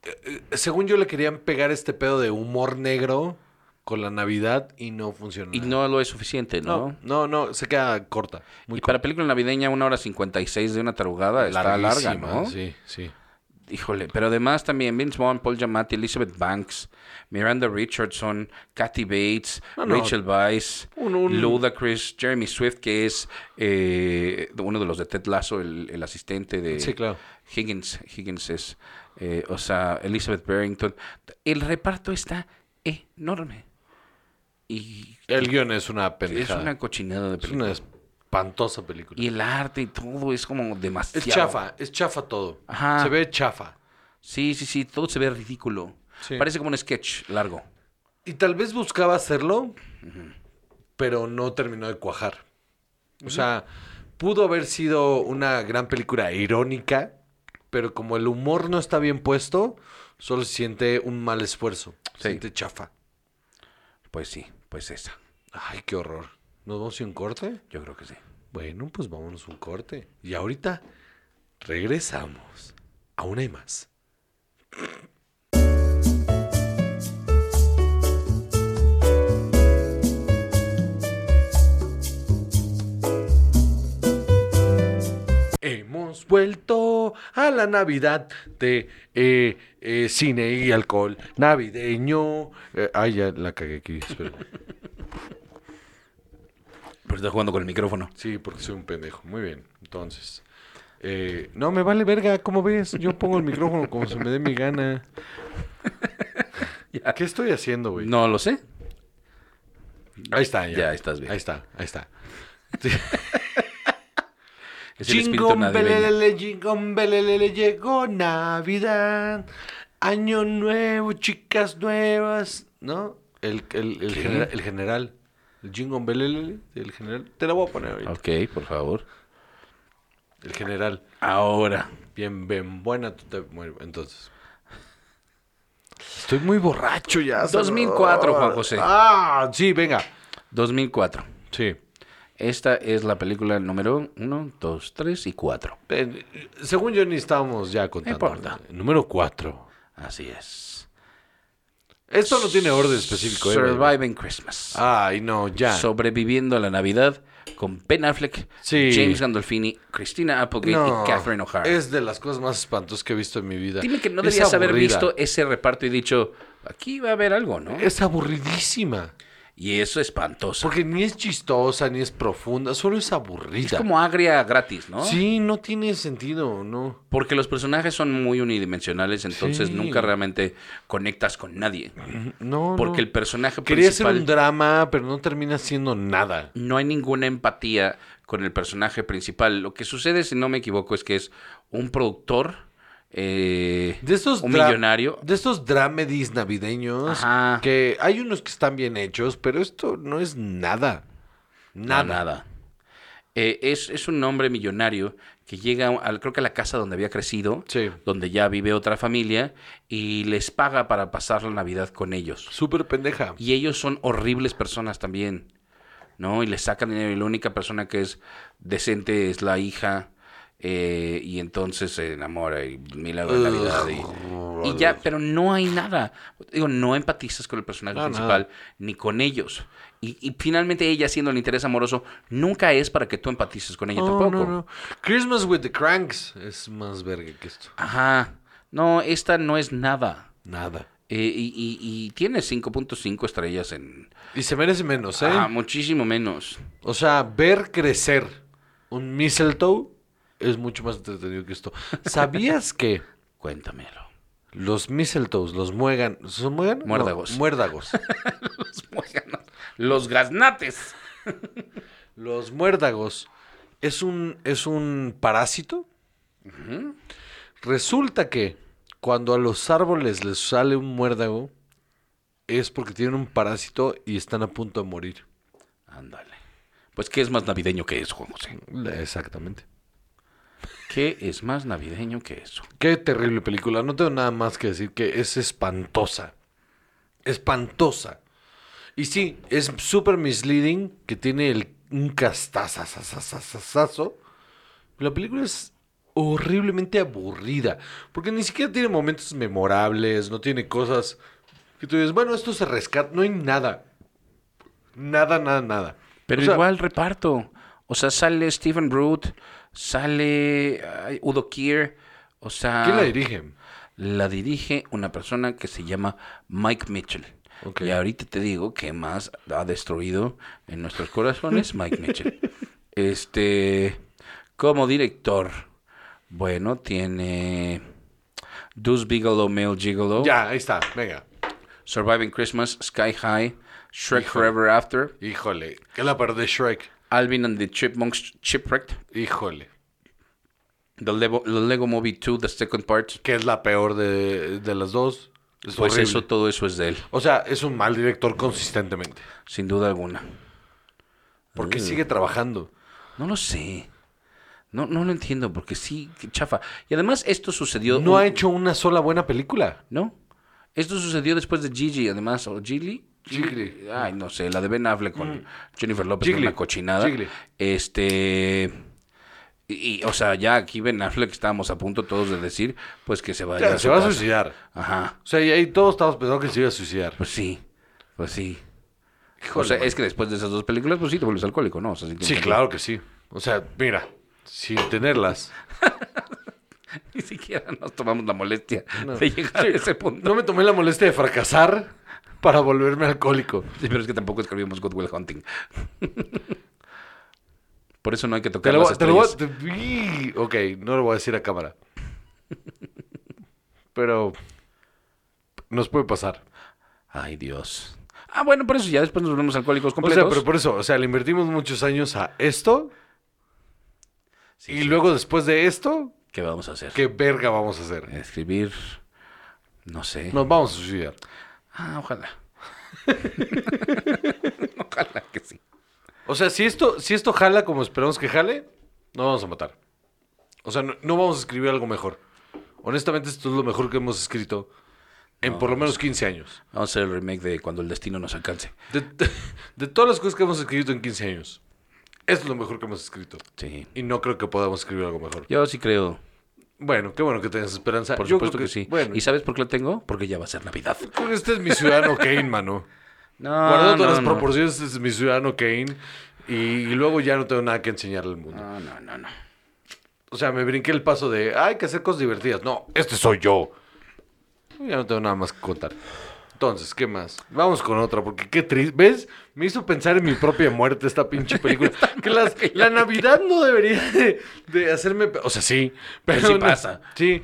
eh, Según yo le querían pegar este pedo de humor negro con la Navidad y no funcionó.
Y no lo es suficiente, ¿no?
Mm. no, no, no, se queda corta. Muy
y para película navideña, una hora 56 de una tarugada está larga,
Larguísima,
¿no?
Sí, sí.
Híjole, pero además también Vince Vaughn, Paul Giamatti, Elizabeth Banks, Miranda Richardson, Kathy Bates,
No, no.
Rachel Weisz,
Un- un-
Ludacris, Jeremy Swift, que es eh, uno de los de Ted Lasso, el, el asistente de
Sí, claro.
Higgins. Higgins es, eh, o sea, Elizabeth Barrington. El reparto está enorme. Y
El guión es una
es
pendejada.
una cochinada de
Es
película.
una espantosa película.
Y el arte y todo es como demasiado.
Es chafa, es chafa todo.
Ajá.
Se ve chafa.
Sí, sí, sí, todo se ve ridículo.
Sí.
Parece como un sketch largo.
Y tal vez buscaba hacerlo, pero no terminó de cuajar. O sea, pudo haber sido una gran película irónica, pero como el humor no está bien puesto, solo se siente un mal esfuerzo. Se
Sí.
siente chafa.
Pues sí, pues esa.
Ay, qué horror. ¿Nos vamos a ir a un corte?
Yo creo que sí.
Bueno, pues vámonos a un corte. Y ahorita regresamos. Aún hay más. Hemos vuelto a la Navidad de eh, eh, cine y alcohol navideño. Eh, ay, ya la cagué aquí, espera.
Pero está jugando con el micrófono.
Sí, porque soy un pendejo. Muy bien. Entonces. eh, no, me vale verga, ¿cómo ves? Yo pongo el micrófono como se me dé mi gana. ¿Qué estoy haciendo, güey?
No lo sé.
Ahí está, ya.
Ya, estás bien.
Ahí está, ahí está.
Es el espíritu
Chingón,
navideño.
belelele, chingón, belelele, llegó Navidad. Año nuevo, chicas nuevas. ¿No? El, el, el,
¿Qué?
genera- el general. El chingón, belelele, el general. Te la voy a poner ahorita.
Ok, por favor.
El general.
Ahora.
Bien, bien, buena. tú te- bueno, entonces. Estoy muy borracho ya.
2004, Juan José.
Ah, sí, venga.
2004.
Sí.
Esta es la película número 1, 2, 3 y 4.
Eh, según yo ni estábamos ya contando.
importa.
Número 4.
Así es. Ah,
Esto no tiene orden específico. eh, baby.
Surviving Christmas.
Ay, no, ya.
Sobreviviendo a la Navidad con Ben Affleck,
Sí.
James Gandolfini, Christina Applegate
No,
y Catherine O'Hara.
Es de las cosas más espantosas que he visto en mi vida.
Dime que no
Es
debías haber
aburrida.
visto ese reparto y dicho, aquí va a haber algo, ¿no?
Es aburridísima.
Y eso es espantoso.
Porque ni es chistosa, ni es profunda, solo es
Es
aburrida.
como agria gratis, ¿no?
Sí, no tiene sentido, no.
Porque los personajes son muy unidimensionales, entonces
Sí.
nunca realmente conectas con nadie.
No,
Porque
no.
el personaje
Quería hacer
principal...
un drama, pero no termina siendo nada.
no hay ninguna empatía con el personaje principal. Lo que sucede, si no me equivoco, es que es un productor, eh,
De estos
un
dra-
millonario.
De estos dramedies navideños.
Ajá.
Que hay unos que están bien hechos, pero esto no es nada. Nada.
No, nada. Eh, es, es un hombre millonario que llega, al, creo que a la casa donde había crecido,
Sí.
donde ya vive otra familia, y les paga para pasar la Navidad con ellos.
Súper pendeja.
Y ellos son horribles personas también, ¿no? Y les sacan dinero. Y la única persona que es decente es la hija. eh, y entonces se enamora y milagro de Navidad. Y, y ya, pero no hay nada. Digo, no empatizas con el personaje
No,
principal ni con ellos. Y, y finalmente ella siendo el interés amoroso nunca es para que tú empatices con ella
No,
tampoco.
Oh, no, no. Christmas with the Cranks es más verga que esto.
Ajá. No, esta no es nada.
Nada.
Eh, y, y- y tiene 5.5 estrellas en...
Y se merece menos, ¿eh?
Ah, muchísimo menos.
O sea, ver crecer un mistletoe es mucho más entretenido que esto. ¿Sabías que
Cuéntamelo.
los mistletoes, los muegan, ¿son muegan? No,
Muérdagos.
muérdagos.
Los muéganos. Los gaznates.
Los muérdagos es un, es un parásito. Resulta que cuando a los árboles les sale un muérdago, es porque tienen un parásito y están a punto de morir.
Ándale. Pues, ¿qué es más navideño que eso, Juan José?
Exactamente.
¿Qué es más navideño que eso?
Qué terrible película. No tengo nada más que decir que es espantosa. Espantosa. Y sí, es súper misleading que tiene el, un castazazazazazazo. La película es horriblemente aburrida. Porque ni siquiera tiene momentos memorables, no tiene cosas que tú dices, bueno, esto se rescata. No hay nada. Nada, nada, nada.
Pero
O sea,
igual reparto. O sea, sale Stephen Root, sale ay, Udo Kier. O sea,
¿Quién la dirige?
la dirige una persona que se llama Mike Mitchell.
Ok.
Y ahorita te digo que más ha destruido en nuestros corazones Mike Mitchell. Este, como director, bueno, tiene Deuce Bigelow, Male Gigolo,
Ya, ahí está, venga.
Surviving Christmas, Sky High, Shrek Forever After,
Híjole, que la parte de Shrek.
Alvin and the Chipmunks Shipwrecked,
Híjole.
The Lego, the Lego Movie 2, The Second Part.
que es la peor de, de las dos. Es
Pues
horrible.
eso, todo eso es de él,
O sea, es un mal director consistentemente.
sin duda alguna. Mm.
Porque sigue trabajando.
No lo sé. No, no lo entiendo, porque sí, qué chafa. Y además esto sucedió...
No
un-
ha hecho una sola buena película.
¿No? Esto sucedió después de Gigi, además, o Gigli.
Gigli. Mm.
Ay, no sé, la de Ben Affleck con Jennifer López,
Gigli.
una cochinada.
Gigli.
Este... Y, y, o sea, ya aquí Ben Affleck estábamos a punto todos de decir, pues que se vaya
Ya,
su
se va a
casa.
suicidar.
Ajá,
O sea, y ahí todos estamos pensando que se iba a suicidar.
pues sí, pues sí.
Híjole,
o sea,
man.
es que después de esas dos películas, pues sí, te vuelves alcohólico, ¿no? O sea,
Sí,
te-
claro que sí. O sea, mira, sin tenerlas.
Ni siquiera nos tomamos la molestia
No.
de llegar
Sí.
a ese punto.
No me tomé la molestia de fracasar para volverme alcohólico.
Sí, pero es que tampoco escribimos Good Will Hunting. Por eso no hay que
Te
tocar
lo,
las
voy- te lo voy a...
estrellas.
te- ¡Ih! ok, no lo voy a decir a cámara. Pero nos puede pasar.
Ay, Dios. Ah, bueno, por eso ya después nos volvemos alcohólicos
O sea,
completos.
pero por eso, o sea, le invertimos muchos años a esto. y luego después de esto,
¿Qué vamos a hacer?
¿qué verga vamos a
Eh.
hacer?
Escribir, no sé.
Nos vamos a suicidar.
Ah, ojalá. ojalá que sí.
O sea, si esto, si esto jala como esperamos que jale, no vamos a matar. O sea, no, no vamos a escribir algo mejor. Honestamente, esto es lo mejor que hemos escrito en por lo menos 15 años.
Vamos a hacer el remake de Cuando el destino nos alcance.
De, de todas las cosas que hemos escrito en 15 años, es lo mejor que hemos escrito.
Sí.
Y no creo que podamos escribir algo mejor.
Yo sí creo.
Bueno, qué bueno que tengas esperanza.
Por
Ah, Yo creo
supuesto que, sí.
Bueno,
¿Y sabes por qué lo tengo? Porque ya va a ser Navidad.
con este es mi ciudadano Kane, mano.
No,
Guardando todas
Ah, no,
las
no.
proporciones, este es mi ciudadano Kane. Y, y luego ya no tengo nada que enseñarle al mundo.
No, no, no, no.
O sea, me brinqué el paso de, "Ah, hay que hacer cosas divertidas. No, este soy yo. Ya no tengo nada más que contar. Entonces, ¿qué más? Vamos con otra, porque qué triste. ¿Ves? Me hizo pensar en mi propia muerte esta pinche película. que las- la Navidad no debería de, de hacerme... pe- O sea, sí, pero...
Sí
no-
pasa.
sí,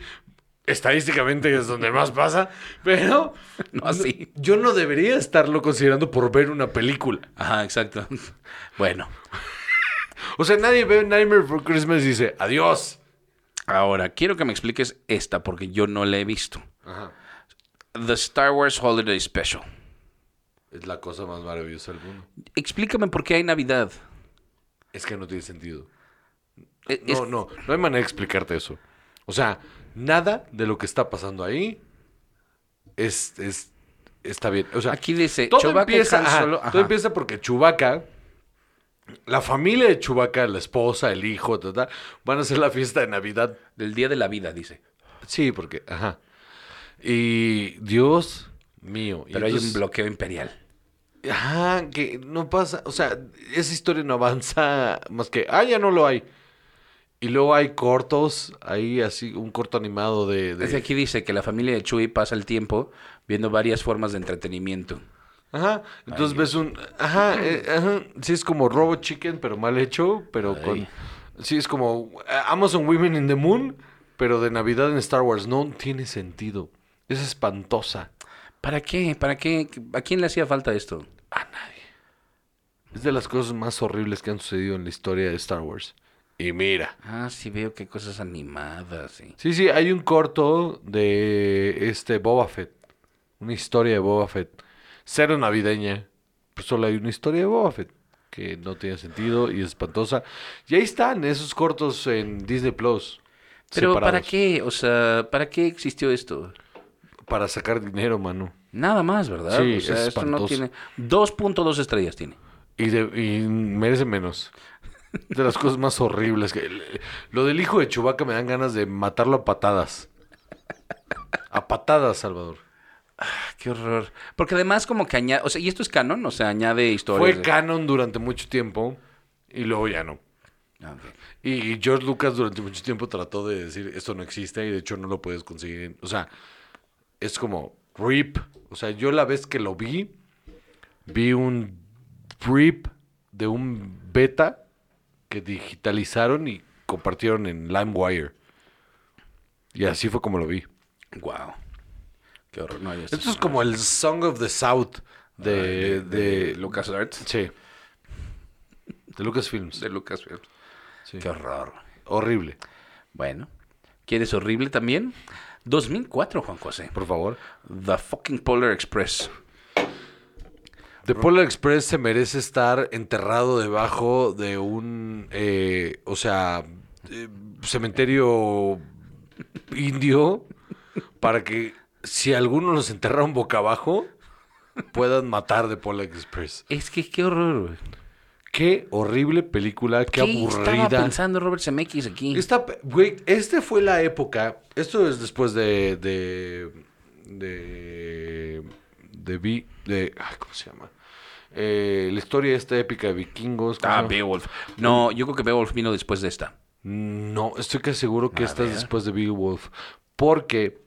estadísticamente es donde más pasa, pero...
No así.
Yo no debería estarlo considerando por ver una película.
Ajá, exacto. Bueno,
O sea, nadie ve Nightmare for Christmas y dice, adiós.
ahora quiero que me expliques esta porque yo no la he visto.
Ajá.
The Star Wars Holiday Special.
Es la cosa más maravillosa del mundo.
Explícame por qué hay Navidad.
Es que no tiene sentido.
Es- E, es-
No, no, no hay manera de explicarte eso. O sea, nada de lo que está pasando ahí es, es- está bien. O sea,
Aquí dice,
todo
Chewbacca y
empieza,
Han
ajá,
Solo- ajá.
todo empieza porque Chubaca, la familia de Chubaca, la esposa, el hijo, ta, ta, van a hacer la fiesta de Navidad.
Del Día de la Vida, dice.
Sí, porque, ajá. Y Dios mío. y
Pero hay un
entonces-
bloqueo imperial.
Ajá, que no pasa, o sea, esa historia no avanza más que, ah, ya no lo hay. Y luego hay cortos, hay así un corto animado de... de-
Desde aquí dice que la familia de Chewie pasa el tiempo viendo varias formas de entretenimiento.
Ajá, entonces ves un... Ajá, eh, ajá, sí es como Robo Chicken, pero mal hecho, pero con...
Ay.
Sí es como eh, Amazon Women in the Moon, pero de Navidad en Star Wars. No tiene sentido. Es espantosa.
¿Para qué? ¿Para qué? ¿A quién le hacía falta esto?
A nadie. Es de las cosas más horribles que han sucedido en la historia de Star Wars. Y mira.
Ah, sí veo que cosas animadas, sí.
Sí, sí, hay un corto de este Boba Fett. Una historia de Boba Fett. Cero navideña. Pero solo hay una historia de Boba Fett. Que no tiene sentido y es espantosa. Y ahí están esos cortos en Disney Plus.
Pero ¿para
separados.
qué? O sea, ¿para qué existió esto?
Para sacar dinero, mano.
Nada más, ¿verdad?
Sí,
o sea,
es
esto no
espantoso.
tiene 2.2 estrellas tiene.
Y, de- y merece menos. De las cosas más horribles. Que, lo del hijo de Chubaca me dan ganas de matarlo a patadas. A patadas, Salvador.
Ah, qué horror. Porque además como que añade, o sea, y esto es canon, o sea, añade historias.
Fue
de-
canon durante mucho tiempo y luego ya no.
Ah, ok.
Y George Lucas durante mucho tiempo trató de decir esto no existe y de hecho no lo puedes conseguir. en-". O sea, es como RIP. O sea, yo la vez que lo vi, vi un RIP de un beta que digitalizaron y compartieron en LimeWire. Y así fue como lo vi.
Wow. Qué horror. No, yo
Esto es como el Song of the South Ah, de, de,
Lucas Arts.
Sí. De Lucasfilms.
De Lucasfilm.
Sí.
Qué horror.
Horrible.
Bueno. ¿Quieres horrible también? 2004, Juan José.
Por favor.
The fucking Polar Express.
The Polar Express se merece estar enterrado debajo de un, eh, o sea, eh, cementerio indio para que si alguno los enterraron boca abajo puedan matar The Polar Express.
Es que qué horror. güey.
Qué horrible película, qué,
estaba
aburrida.
pensando Robert Zemeckis aquí?
Esta, pe- güey, este fue la época. Esto es después de. de. de. de. vi- de- ay, ¿Cómo se llama? Eh, la historia esta épica de vikingos. ¿cómo
Ah,
se llama?
Beowulf. No, yo creo que Beowulf vino después de esta.
No, estoy casi seguro que
A
esta
ver.
es después de Beowulf. Porque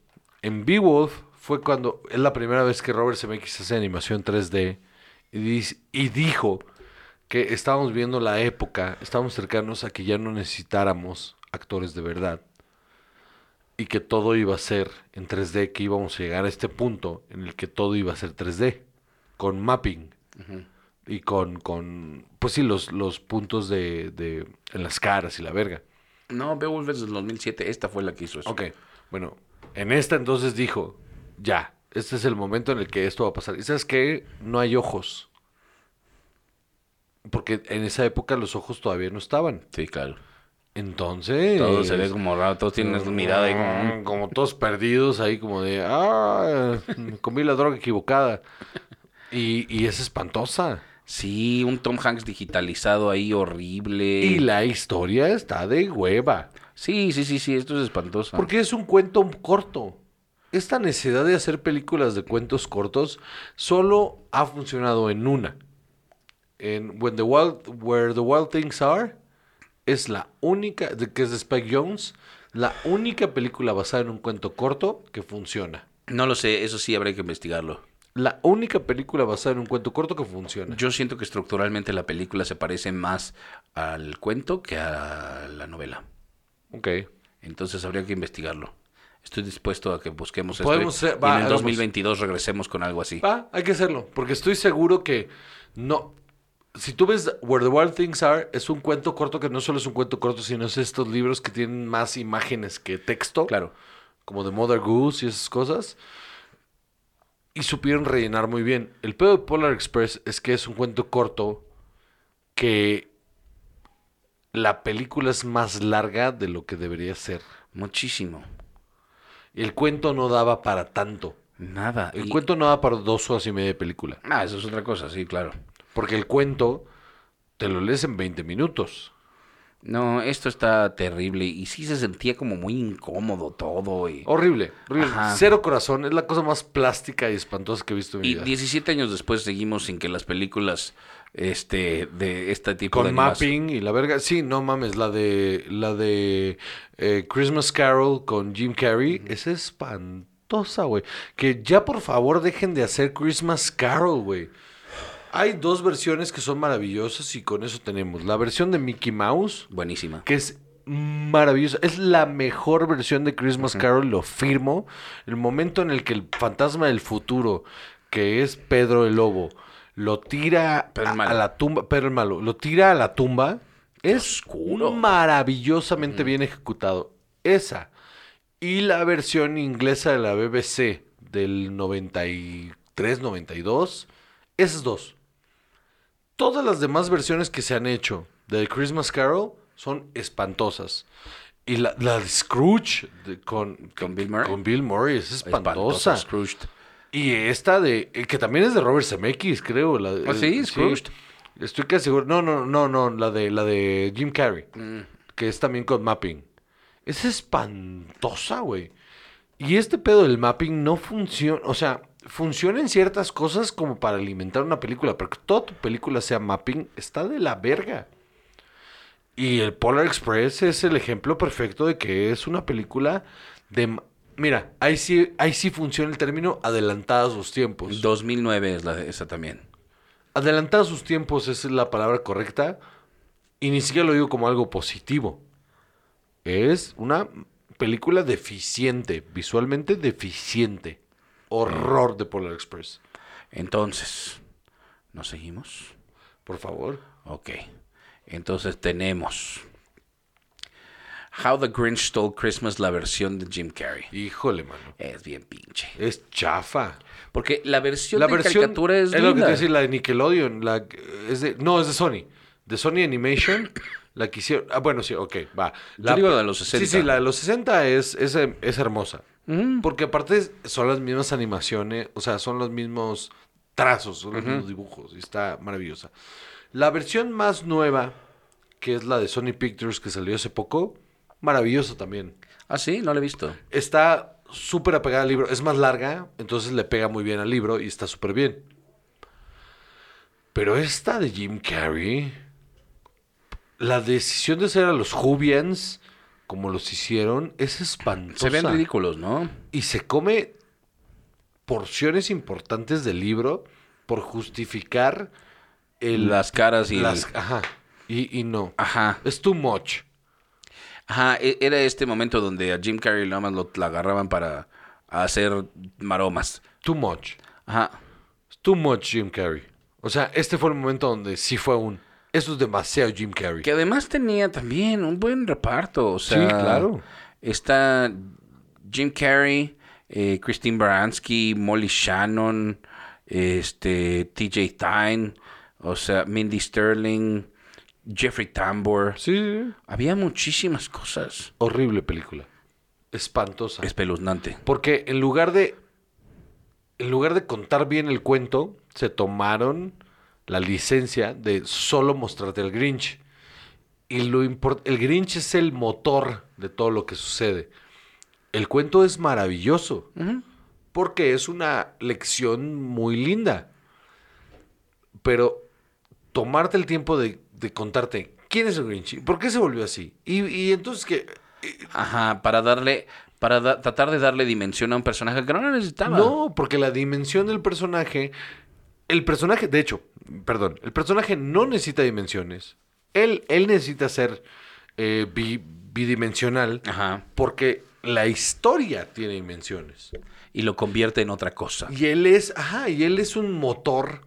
en Beowulf fue cuando es la primera vez que Robert Zemeckis hace animación 3D y, dis- y dijo que estábamos viendo la época, estábamos cercanos a que ya no necesitáramos actores de verdad y que todo iba a ser en 3D, que íbamos a llegar a este punto en el que todo iba a ser 3D con mapping y con, con pues sí, los, los puntos de, de en las caras y la verga.
No, Beowulf es del 2007. Esta fue la que hizo eso.
Ok, bueno, en esta entonces dijo, ya, este es el momento en el que esto va a pasar. ¿Y sabes qué? No hay ojos. Porque en esa época los ojos todavía no estaban.
Sí, claro.
Entonces...
Todo se ve como raro. Todos tienen esa mirada y como...
Mm, como todos perdidos ahí como de, ah, me comí la droga equivocada. Y, y es espantosa.
Sí, un Tom Hanks digitalizado ahí horrible.
Y la historia está de hueva.
Sí, sí, sí, sí, esto es espantoso.
Porque es un cuento corto. Esta necesidad de hacer películas de cuentos cortos solo ha funcionado en una. En When the Wild, Where the Wild Things Are es la única, de- que es de Spike Jones, la única película basada en un cuento corto que funciona.
No lo sé, eso sí habrá que investigarlo.
La única película basada en un cuento corto que funciona.
Yo siento que estructuralmente la película se parece más al cuento que a la novela.
Ok.
Entonces habría que investigarlo. Estoy dispuesto a que busquemos
Podemos
esto. y-
ser- va,
y en el
hagamos.
2022 regresemos con algo así.
Va, hay que hacerlo, porque estoy seguro que no. Si tú ves Where the Wild Things Are, es un cuento corto que no solo es un cuento corto, sino es estos libros que tienen más imágenes que texto.
Claro.
como de Mother Goose y esas cosas. Y supieron rellenar muy bien. El pedo de Polar Express es que es un cuento corto que la película es más larga de lo que debería ser.
Muchísimo.
El cuento no daba para tanto.
Nada.
El
Y-
cuento no daba para dos horas y media de película.
Ah, eso es otra cosa, sí, claro.
Porque el cuento te lo lees en 20 minutos.
No, esto está terrible. Y sí se sentía como muy incómodo todo. Y,
Horrible. horrible.
Ajá.
Cero corazón. Es la cosa más plástica y espantosa que he visto en mi
y
vida.
17 años después seguimos sin que las películas este, de este tipo
Con
de animación-
mapping y la verga. Sí, no mames, la de la de eh, Christmas Carol con Jim Carrey es espantosa, güey. Que ya por favor dejen de hacer Christmas Carol, güey. Hay dos versiones que son maravillosas y con eso tenemos. La versión de Mickey Mouse,
Buenísima.
que es maravillosa. Es la mejor versión de Christmas Carol, lo firmo. El momento en el que el fantasma del futuro, que es Pedro el Lobo, lo tira
Pedro
a,
el Malo.
a la tumba, Pedro el Malo, lo tira a la tumba, es
oscuro.
maravillosamente bien ejecutado. Esa. Y la versión inglesa de la BBC del 93, 92, esas dos. Todas las demás versiones que se han hecho de The Christmas Carol son espantosas. Y la, la de Scrooge de- con,
Con Bill Murray.
con Bill Murray es espantosa.
Espantosa, Scrooge.
Y esta de. eh, que también es de Robert Zemeckis, creo. La, de-
Ah, sí,
eh,
Scrooge.
Estoy casi seguro. No, no, no, no. La de, la de Jim Carrey.
Mm.
Que es también con mapping. Es espantosa, güey. Y este pedo del mapping no funciona. O sea, funciona en ciertas cosas como para alimentar una película. Pero que toda tu película sea mapping está de la verga. Y el Polar Express es el ejemplo perfecto de que es una película de... ma- Mira, ahí sí, ahí sí funciona el término adelantadas sus tiempos.
2009 es la de esa también.
Adelantadas sus tiempos es la palabra correcta. Y ni siquiera lo digo como algo positivo. Es una película deficiente, visualmente deficiente. Horror de Polar Express.
Entonces, ¿nos seguimos?
Por favor.
Ok. Entonces tenemos How the Grinch Stole Christmas, la versión de Jim Carrey.
Híjole, mano.
Es bien pinche.
Es chafa.
Porque la versión de caricatura
lo
es,
que te
linda.
iba a decir, la de Nickelodeon, la que- es de, no, es de Sony, de Sony Animation, la que hicieron, ah, bueno, sí, ok, va. La,
digo la de los 60.
Sí, sí, la de los 60 es, es, es hermosa,
Mm.
porque aparte es- son las mismas animaciones, o sea, son los mismos trazos, son los mismos dibujos, y está maravillosa. La versión más nueva, que es la de Sony Pictures, que salió hace poco, maravillosa también
Ah, sí, no la he visto.
está súper apegada al libro. Es más larga, entonces le pega muy bien al libro y está súper bien. Pero esta de Jim Carrey, la decisión de hacer a los Jubians como los hicieron es espantosa.
Se ven ridículos, ¿no?
Y se come porciones importantes del libro por justificar el-
Las caras y... el-
las- Ajá. Y, y no.
Ajá.
Es too much.
Ajá, e- era este momento donde a Jim Carrey nada más lo la agarraban para hacer maromas.
Too much.
Ajá.
It's Too much Jim Carrey. O sea, este fue el momento donde sí fue un. Eso es demasiado Jim Carrey.
Que además tenía también un buen reparto. O sea,
Sí, claro.
Está Jim Carrey, eh, Christine Baranski, Molly Shannon, este, TJ Tyne, o sea, Mindy Sterling, Jeffrey Tambor.
Sí, sí, sí.
Había muchísimas cosas.
Horrible película. Espantosa.
Espeluznante.
Porque en lugar de. En lugar de contar bien el cuento, se tomaron la licencia de solo mostrarte el Grinch. Y lo import- el Grinch es el motor de todo lo que sucede. El cuento es maravilloso
Ujú.
porque es una lección muy linda. Pero tomarte el tiempo de, de contarte quién es el Grinch y por qué se volvió así. Y, y entonces que
Ajá, para darle, para da- tratar de darle dimensión a un personaje que no lo necesitaba.
No, porque la dimensión del personaje. El personaje, de hecho, perdón, el personaje no necesita dimensiones. Él, él necesita ser eh, bi- bidimensional
Ajá.
porque la historia tiene dimensiones.
Y lo convierte en otra cosa.
Y él es, ajá, y él es un motor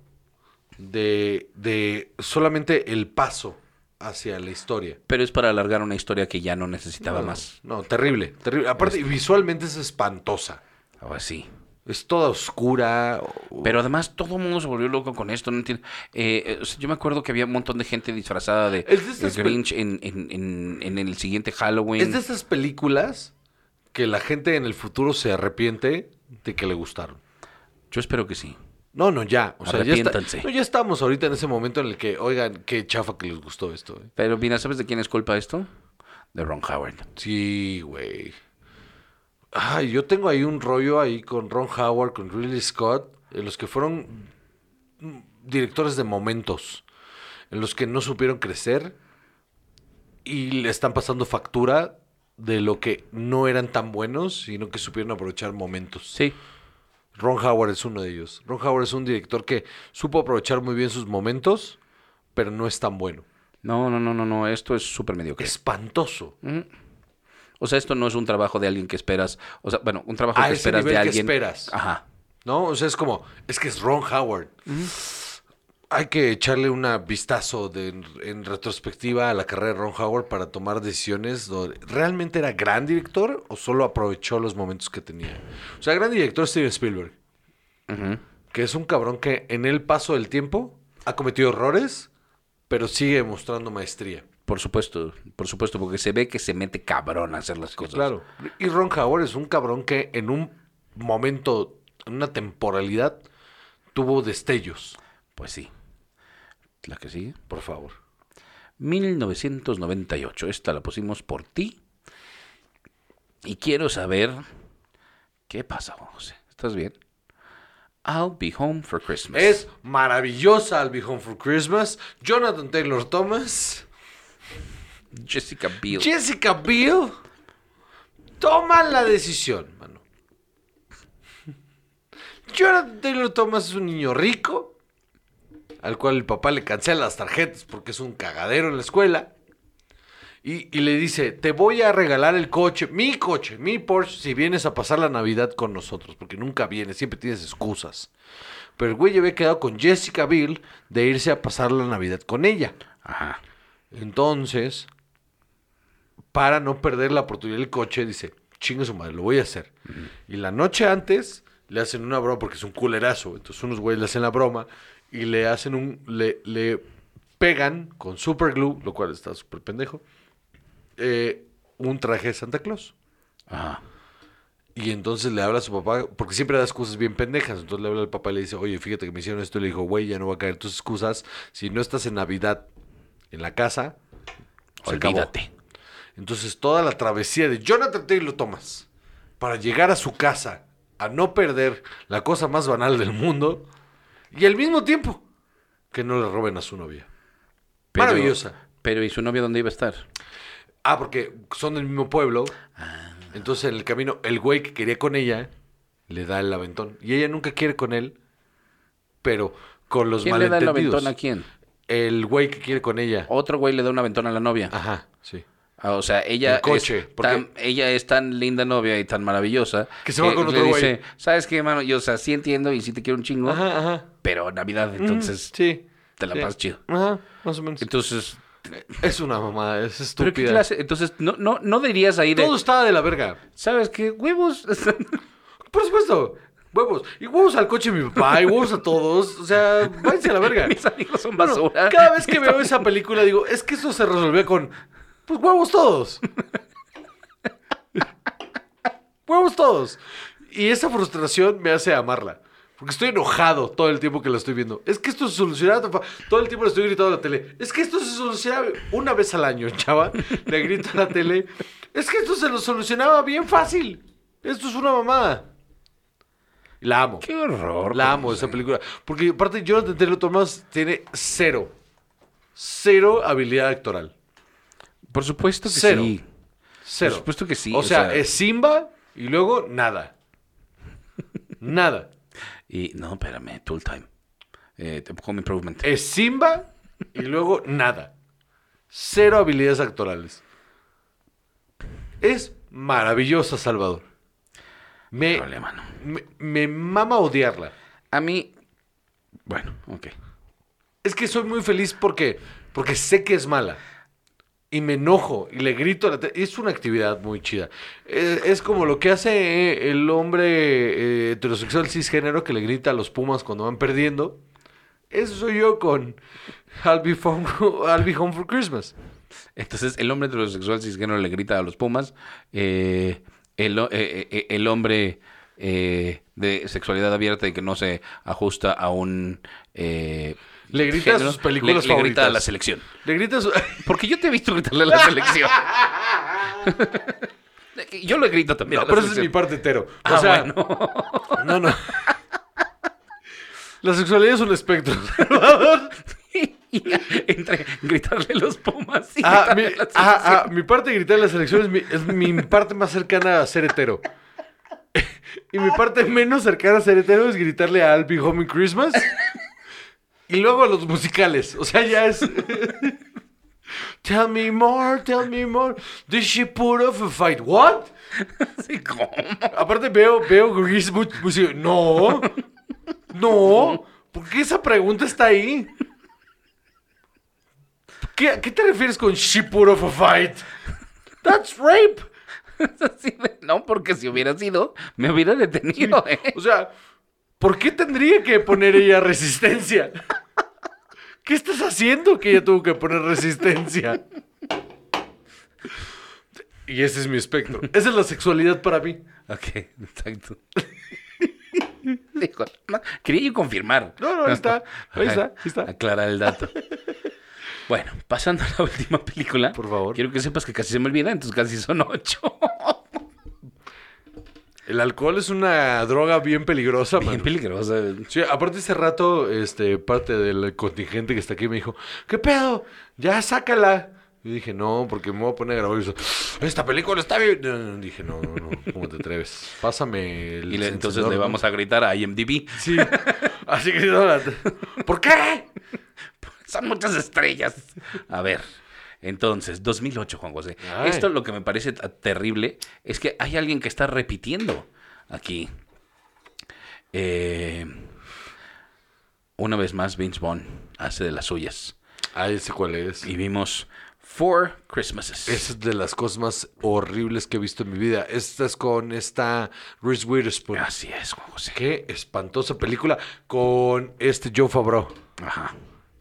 de, de solamente el paso hacia la historia.
Pero es para alargar una historia que ya no necesitaba
No,
más.
No, terrible, terrible. Aparte, visualmente es espantosa.
O así.
Es toda oscura. o-
Pero además todo el mundo se volvió loco con esto, no entiendo. Eh, eh, o sea, yo me acuerdo que había un montón de gente disfrazada de
Es de estas
el Grinch en, en- en- en el siguiente Halloween.
Es de esas películas que la gente en el futuro se arrepiente de que le gustaron.
Yo espero que sí.
No, no, ya. O sea, ya, está-
Arrepiéntanse.
no, ya estamos ahorita en ese momento en el que, oigan, qué chafa que les gustó esto. eh.
Pero mira, ¿sabes de quién es culpa esto? De Ron Howard.
Sí, güey. Ay, yo tengo ahí un rollo ahí con Ron Howard, con Ridley Scott, en los que fueron mm, directores de momentos, en los que no supieron crecer y le están pasando factura de lo que no eran tan buenos, sino que supieron aprovechar momentos.
Sí.
Ron Howard es uno de ellos. Ron Howard es un director que supo aprovechar muy bien sus momentos, pero no es tan bueno.
No, no, no, no, no. Esto es súper mediocre.
Espantoso.
O sea, esto no es un trabajo de alguien que esperas. O sea, bueno, un trabajo
A
que
ese
esperas de
nivel que
alguien.
esperas.
Ajá.
¿No? O sea, es como, es que es Ron Howard. Hay que echarle un vistazo de, en, en retrospectiva a la carrera de Ron Howard para tomar decisiones. donde- ¿Realmente era gran director o solo aprovechó los momentos que tenía? O sea, gran director es Steven Spielberg,
Ujú.
que es un cabrón que en el paso del tiempo ha cometido errores, pero sigue mostrando maestría.
Por supuesto, por supuesto, porque se ve que se mete cabrón a hacer las cosas.
Claro. Y Ron Howard es un cabrón que en un momento, en una temporalidad, tuvo destellos.
Pues sí. La que sigue.
Por favor.
1998. Esta la pusimos por ti. Y quiero saber qué pasa, José. ¿Estás bien? I'll be home for Christmas.
Es maravillosa I'll Be Home for Christmas. Jonathan Taylor Thomas.
Jessica Biel.
Jessica Biel. Toman la decisión, mano. Jonathan Taylor Thomas es un niño rico. Al cual el papá le cancela las tarjetas porque es un cagadero en la escuela. Y, y le dice, te voy a regalar el coche, mi coche, mi Porsche, si vienes a pasar la Navidad con nosotros, porque nunca vienes, siempre tienes excusas. Pero el güey ya había quedado con Jessica Biel de irse a pasar la Navidad con ella.
Ajá.
Entonces, para no perder la oportunidad del coche, dice, chingue su madre, lo voy a hacer. Y la noche antes le hacen una broma, porque es un culerazo. Entonces unos güeyes le hacen la broma y le hacen un... le, le pegan con superglue, lo cual está súper pendejo, eh, un traje de Santa Claus.
Ajá.
Y entonces le habla a su papá, porque siempre da excusas bien pendejas. Entonces le habla al papá y le dice, oye, fíjate que me hicieron esto. Y le dijo, güey, ya no va a caer tus excusas. Si no estás en Navidad en la casa, se acabó".
Olvídate.
Entonces toda la travesía de Jonathan Taylor Thomas para llegar a su casa, a no perder la cosa más banal del mundo, y al mismo tiempo que no le roben a su novia.
Pero-
Maravillosa.
Pero ¿y su novia dónde iba a estar?
Ah, porque son del mismo pueblo.
Ah.
Entonces en el camino, el güey que quería con ella le da el aventón. Y ella nunca quiere con él, pero con los
¿Quién le da el
malentendidos.
aventón Oh. a quién?
el güey que quiere con ella.
Otro güey le da un aventón a la novia.
Ajá, sí.
Ah, o sea, ella,
El coche,
es
porque-
tan, ella es tan linda novia y tan maravillosa
Que se va con
le
otro
dice,
güey.
¿Sabes qué, hermano? Yo, o sea, sí entiendo y sí te quiero un chingo,
Ajá, ajá. Mm,
pero Navidad, entonces
Sí.
te la
sí.
pasas chido.
Ajá, más o menos.
Entonces,
Es una mamada, es
¿pero qué
estúpida.
clase? Entonces, no, no, no dirías ahí de,
Todo estaba de la verga.
¿sabes qué? Huevos.
Por supuesto. Huevos. Y huevos al coche de mi papá, y huevos a todos. O sea, váyanse a la verga.
Mis amigos son
Bueno,
basura.
cada vez que veo esa película digo, es que eso se resolvió con, pues huevos todos. huevos todos. Y esa frustración me hace amarla. Porque estoy enojado todo el tiempo que lo estoy viendo. Es que esto se solucionará. papá. Todo el tiempo le estoy gritando a la tele. Es que esto se solucionaba una vez al año, chava. Le grito a la tele. Es que esto se lo solucionaba bien fácil. Esto es una mamada. Y La amo.
Qué horror. eh.
La amo esa película. Porque aparte Jonathan Taylor Thomas tiene cero. Cero habilidad actoral.
Por supuesto que
Cero.
sí.
Cero.
Por supuesto que sí,
O,
o
sea,
sea-
es Simba y luego nada. nada.
Y no, espérame, Tool Time. Eh, Home Improvement.
Es Simba y luego nada. Cero habilidades actorales. Es maravillosa, Salvador. Me,
Problema, no.
me, me mama odiarla.
A mí. Bueno, ok.
Es que soy muy feliz porque, porque sé que es mala. Y me enojo y le grito. a la te- es una actividad muy chida. Eh, Es, como lo que hace eh, el hombre eh, heterosexual cisgénero que le grita a los pumas cuando van perdiendo. Eso soy yo con I'll be, fo- I'll be home for Christmas.
Entonces, el hombre heterosexual cisgénero le grita a los Pumas. eh, el, ho- eh, eh, el hombre eh, de sexualidad abierta y que no se ajusta a un. eh,
Le grita a
género,
sus películas
le, le grita a
favoritas.
la selección.
Le gritas.
Porque yo te he visto gritarle a la selección. yo le grito también.
No,
a la
pero esa es mi
selección.
parte entero. O
Ah,
sea,
bueno.
no, no. La sexualidad es un espectro.
entre gritarle los pumas y
Ah, mi,
gritarle las-
ah, ah, mi parte de gritar en las elecciones es mi, es mi parte más cercana a ser hetero. y mi parte menos cercana a ser hetero es gritarle a I'll Be Home in Christmas. y luego a los musicales. O sea, ya es. tell me more, tell me more. Did she put off a fight? What?
Sí, ¿cómo?
Aparte veo, veo Grease mu- mu- sí, No. No. ¿Por qué esa pregunta está ahí? ¿Qué, ¿A qué te refieres con she put off a fight? That's rape.
Así de, no, porque si hubiera sido, me hubiera detenido, ¿eh?
O sea, ¿por qué tendría que poner ella resistencia? ¿Qué estás haciendo que ella tuvo que poner resistencia? Y ese es mi espectro. Esa es la sexualidad para mí.
Ok, exacto. Dijo, no, quería yo confirmar.
No, no, ahí está, ahí está, ahí está.
Aclarar el dato. Bueno, pasando a la última película.
Por favor.
Quiero que sepas que casi se me olvida, entonces casi son ocho.
El alcohol es una droga bien peligrosa,
Bien
mano.
peligrosa.
Sí, aparte ese rato, este, parte del contingente que está aquí me dijo, ¿qué pedo? Ya sácala. Y dije, no, porque me voy a poner a grabar. Y yo, esta película está bien. No, no, no. Dije, no, no, no, ¿cómo te atreves? Pásame el
Y le- entonces
encendedor,
le
¿no?".
vamos a gritar a IMDb.
Sí, así que no, la- ¿por qué?
Son muchas estrellas. A ver. Entonces, 2008, Juan José.
Ay.
Esto lo que me parece t- terrible es que hay alguien que está repitiendo aquí. Eh, una vez más, Vince Vaughn hace de las suyas.
Ah, ese cuál es.
Y vimos Four Christmases.
Esa es de las cosas más horribles que he visto en mi vida. Esta es con esta Reese Witherspoon.
Así es, Juan José.
Qué espantosa película con este Joe Favreau.
Ajá.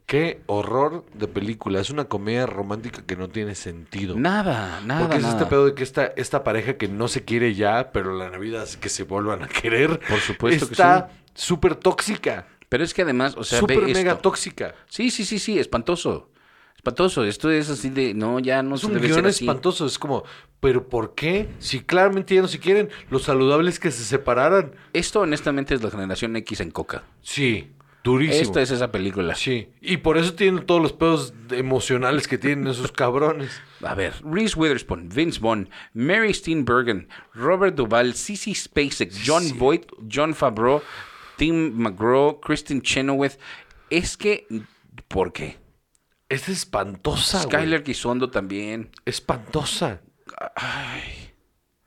Qué horror de película. Es una comedia romántica que no tiene sentido.
Nada, nada.
Porque es
nada.
este pedo de que esta, esta pareja que no se quiere ya, pero la Navidad hace que se vuelvan a querer.
Por supuesto que
Está súper tóxica.
Pero es que además, o sea, ve
súper mega
esto.
tóxica.
Sí, sí, sí, sí, espantoso. Espantoso. Esto es así de, no, ya no
Es
se
un
debe
guión
ser así.
espantoso. Es como, ¿pero por qué? Si claramente ya no se quieren. Lo saludable es que se separaran.
Esto honestamente es la generación X en coca.
Sí, durísimo.
Esta es esa película.
Sí, y por eso tienen todos los pedos emocionales que tienen esos cabrones.
A ver, Reese Witherspoon, Vince Vaughn, Mary Steenburgen, Robert Duvall, Cissy Spacek, John Voight, John Favreau, Tim McGraw, Kristen Chenoweth. Es que, ¿por qué?
Es espantosa, güey.
Skyler Gisondo también.
espantosa.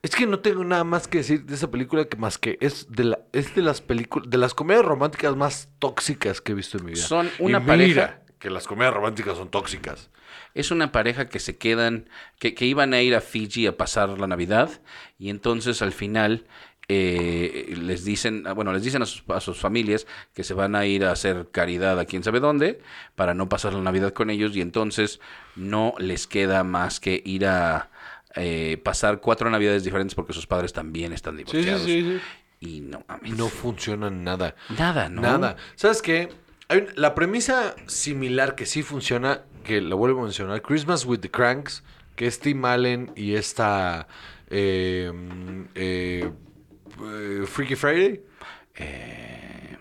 Es que no tengo nada más que decir de esa película que más que es de la, es de las películas de las comedias románticas más tóxicas que he visto en mi vida.
Son
Y
una
mira
pareja-
que las comedias románticas son tóxicas.
Es una pareja que se quedan, que, que iban a ir a Fiji a pasar la Navidad y entonces al final eh, les dicen, ah, bueno, les dicen a sus, a sus familias que se van a ir a hacer caridad a quién sabe dónde para no pasar la Navidad con ellos y entonces no les queda más que ir a eh, pasar cuatro Navidades diferentes porque sus padres también están divorciados. Y no mames.
No funciona nada.
Nada, ¿no?
Nada. ¿Sabes qué? Hay un- la premisa similar que sí funciona, que la vuelvo a mencionar, Christmas with the Cranks, que es Tim Allen y esta eh, mm, eh, eh, Freaky Friday.
Eh,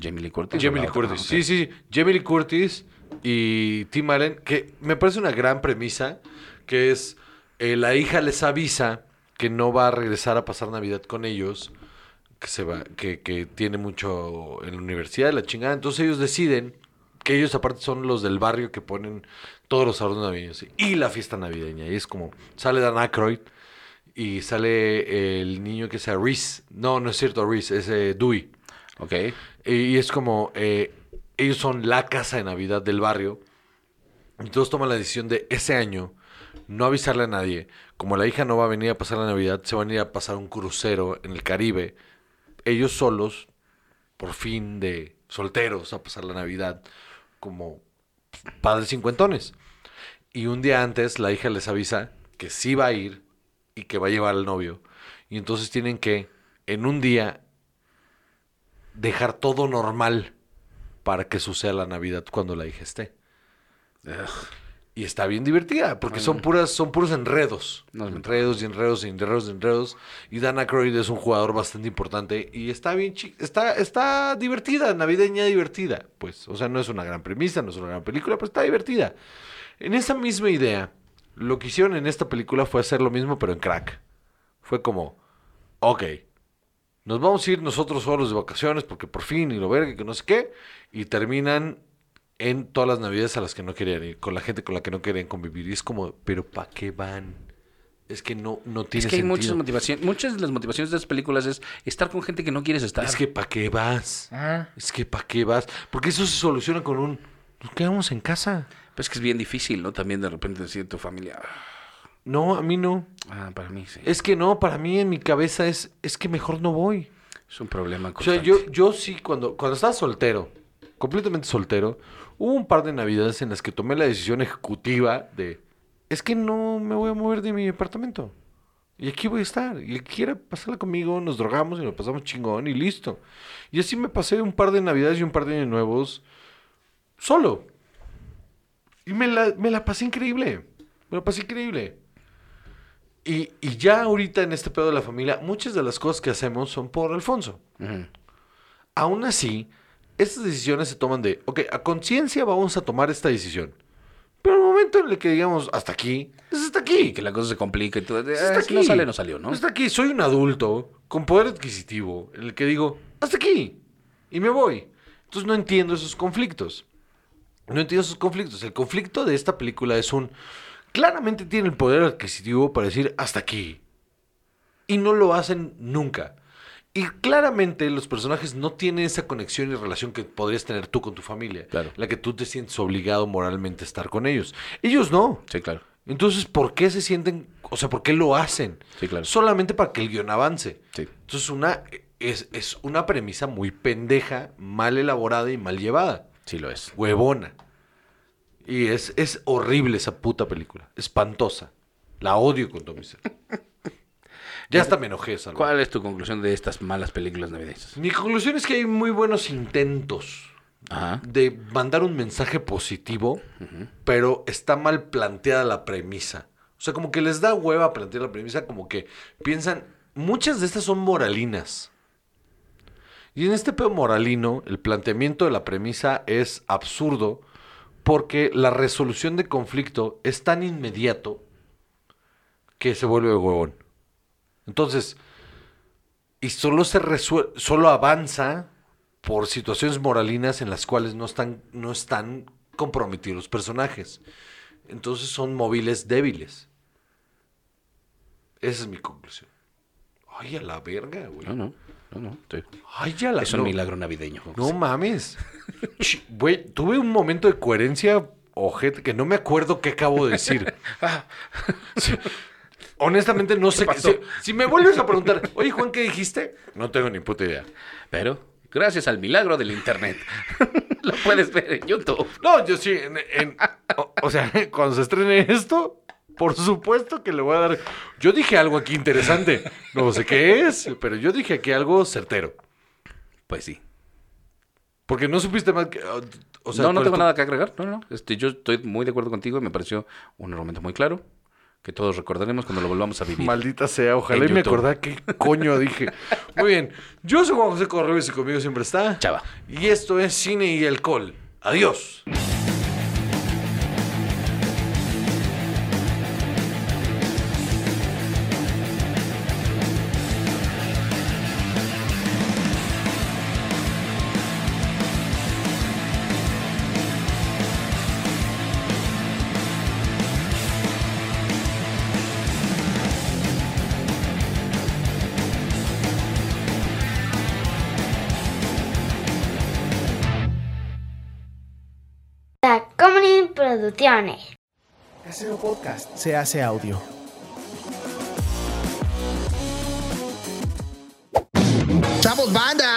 Jamie Lee Curtis.
Jamie Lee
La otra,
Curtis.
¿no? Ah,
Sí, sí, Jamie Lee Curtis y Tim Allen, que me parece una gran premisa, que es eh, la hija les avisa que no va a regresar a pasar Navidad con ellos, que se va, que, que tiene mucho en la universidad, la chingada. Entonces ellos deciden que ellos aparte son los del barrio que ponen todos los adornos navideños y la fiesta navideña. Y es como, sale Dan Aykroyd y sale el niño que sea Reese. No, no es cierto, Reese, es eh, Dewey.
Ok.
Y, y es como, eh, ellos son la casa de Navidad del barrio. Y todos toman la decisión de ese año no avisarle a nadie. Como la hija no va a venir a pasar la Navidad, se van a ir a pasar un crucero en el Caribe. Ellos solos, por fin de solteros, a pasar la Navidad como padres cincuentones. Y un día antes la hija les avisa que sí va a ir y que va a llevar al novio. Y entonces tienen que, en un día, dejar todo normal para que suceda la Navidad cuando la hija esté. Y está bien divertida, porque son puras, son puros enredos.
No es
enredos y enredos y enredos y enredos. Y Dan Aykroyd es un jugador bastante importante. Y está bien chi- está, está divertida, navideña divertida. Pues, o sea, no es una gran premisa, no es una gran película, pero está divertida. En esa misma idea, lo que hicieron en esta película fue hacer lo mismo, pero en crack. Fue como, ok, nos vamos a ir nosotros solos de vacaciones porque por fin y lo verga y que no sé qué. Y terminan en todas las navidades a las que no querían ir, con la gente con la que no querían convivir. Y es como, pero ¿para qué van? Es que no, no tiene
Es que hay
sentido.
muchas motivaciones. Muchas de las motivaciones de las películas es estar con gente que no quieres estar.
Es que ¿para qué vas?
Ah.
Es que ¿para qué vas? Porque eso se soluciona con un, nos quedamos en casa.
Pues que es bien difícil, ¿no? También de repente decir tu familia. "Ah,
No, a mí no.
Ah, para mí sí. Es,
Es que no, para mí en mi cabeza es, es que mejor no voy.
un problema
O sea,
constante.
yo, yo sí, cuando, cuando estaba soltero, completamente soltero, hubo un par de navidades en las que tomé la decisión ejecutiva de, es que no me voy a mover de mi departamento. Y aquí voy a estar. Y el que quiera pasarla conmigo, nos drogamos y nos pasamos chingón y listo. Y así me pasé un par de navidades y un par de años nuevos solo. Y me la, me la pasé increíble. Me la pasé increíble. Y, y ya ahorita en este pedo de la familia, muchas de las cosas que hacemos son por Alfonso.
Ujú.
Aún así, estas decisiones se toman de, ok, a conciencia vamos a tomar esta decisión. Pero el momento en el que digamos, hasta aquí, es hasta
Y
aquí.
que la cosa se complica y todo.
Es
"Ah,
hasta
si No sale, no salió, ¿no?
Hasta aquí, soy un adulto con poder adquisitivo en el que digo, hasta aquí. Y me voy. Entonces no entiendo esos conflictos. No entiendo esos conflictos. El conflicto de esta película es un... Claramente tiene el poder adquisitivo para decir hasta aquí. Y no lo hacen nunca. Y claramente los personajes no tienen esa conexión y relación que podrías tener tú con tu familia.
Claro.
La que tú te sientes obligado moralmente a estar con ellos. Ellos no.
Sí, claro.
Entonces, ¿por qué se sienten, o sea, por qué lo hacen?
Sí, claro.
Solamente para que el guión avance.
Sí.
Entonces, una, es, es una premisa muy pendeja, mal elaborada y mal llevada.
Sí lo es.
Huevona. Y es, es horrible esa puta película. Espantosa. La odio con todo mi ser. Ya hasta me enojé, Salvador.
¿Cuál es tu conclusión de estas malas películas navideñas?
Mi conclusión es que hay muy buenos intentos
Ajá.
de mandar un mensaje positivo, pero está mal planteada la premisa. O sea, como que les da hueva plantear la premisa, como que piensan, muchas de estas son moralinas. Y en este pedo moralino, el planteamiento de la premisa es absurdo porque la resolución de conflicto es tan inmediato que se vuelve huevón. Entonces, y solo se resuel- solo avanza por situaciones moralinas en las cuales no están, no están comprometidos los personajes. Entonces son móviles débiles. Esa es mi conclusión. Ay, a la verga, güey.
No, no. No, no. estoy-
Ay, a la
Es un
no.
milagro navideño.
No mames. Ch- Güey, tuve un momento de coherencia, ojete, que no me acuerdo qué acabo de decir. Sí. Honestamente, no sé. qué-
Ah. pasó?
Si, si me vuelves a preguntar, oye, Juan, ¿qué dijiste? No tengo ni puta idea.
Pero, gracias al milagro del internet, lo puedes ver en YouTube.
No, yo sí. en- en- o, o sea, cuando se estrene esto, Por supuesto que le voy a dar. Yo dije algo aquí interesante. No sé qué es, pero yo dije aquí algo certero.
Pues sí.
Porque no supiste más que. o- O sea,
no, no
¿cuál es
tengo
tu-
nada que agregar. No, no. Este, yo estoy muy de acuerdo contigo y me pareció un argumento muy claro que todos recordaremos cuando lo volvamos a vivir.
Maldita sea, ojalá
En
y me
YouTube.
acordara qué coño dije. Muy bien. Yo soy Juan José Correos y conmigo siempre está.
Chava.
Y esto es Cine y Alcohol. Adiós.
Tacomunin Producciones.
Casero Podcast se hace audio.
¡Chavos, banda!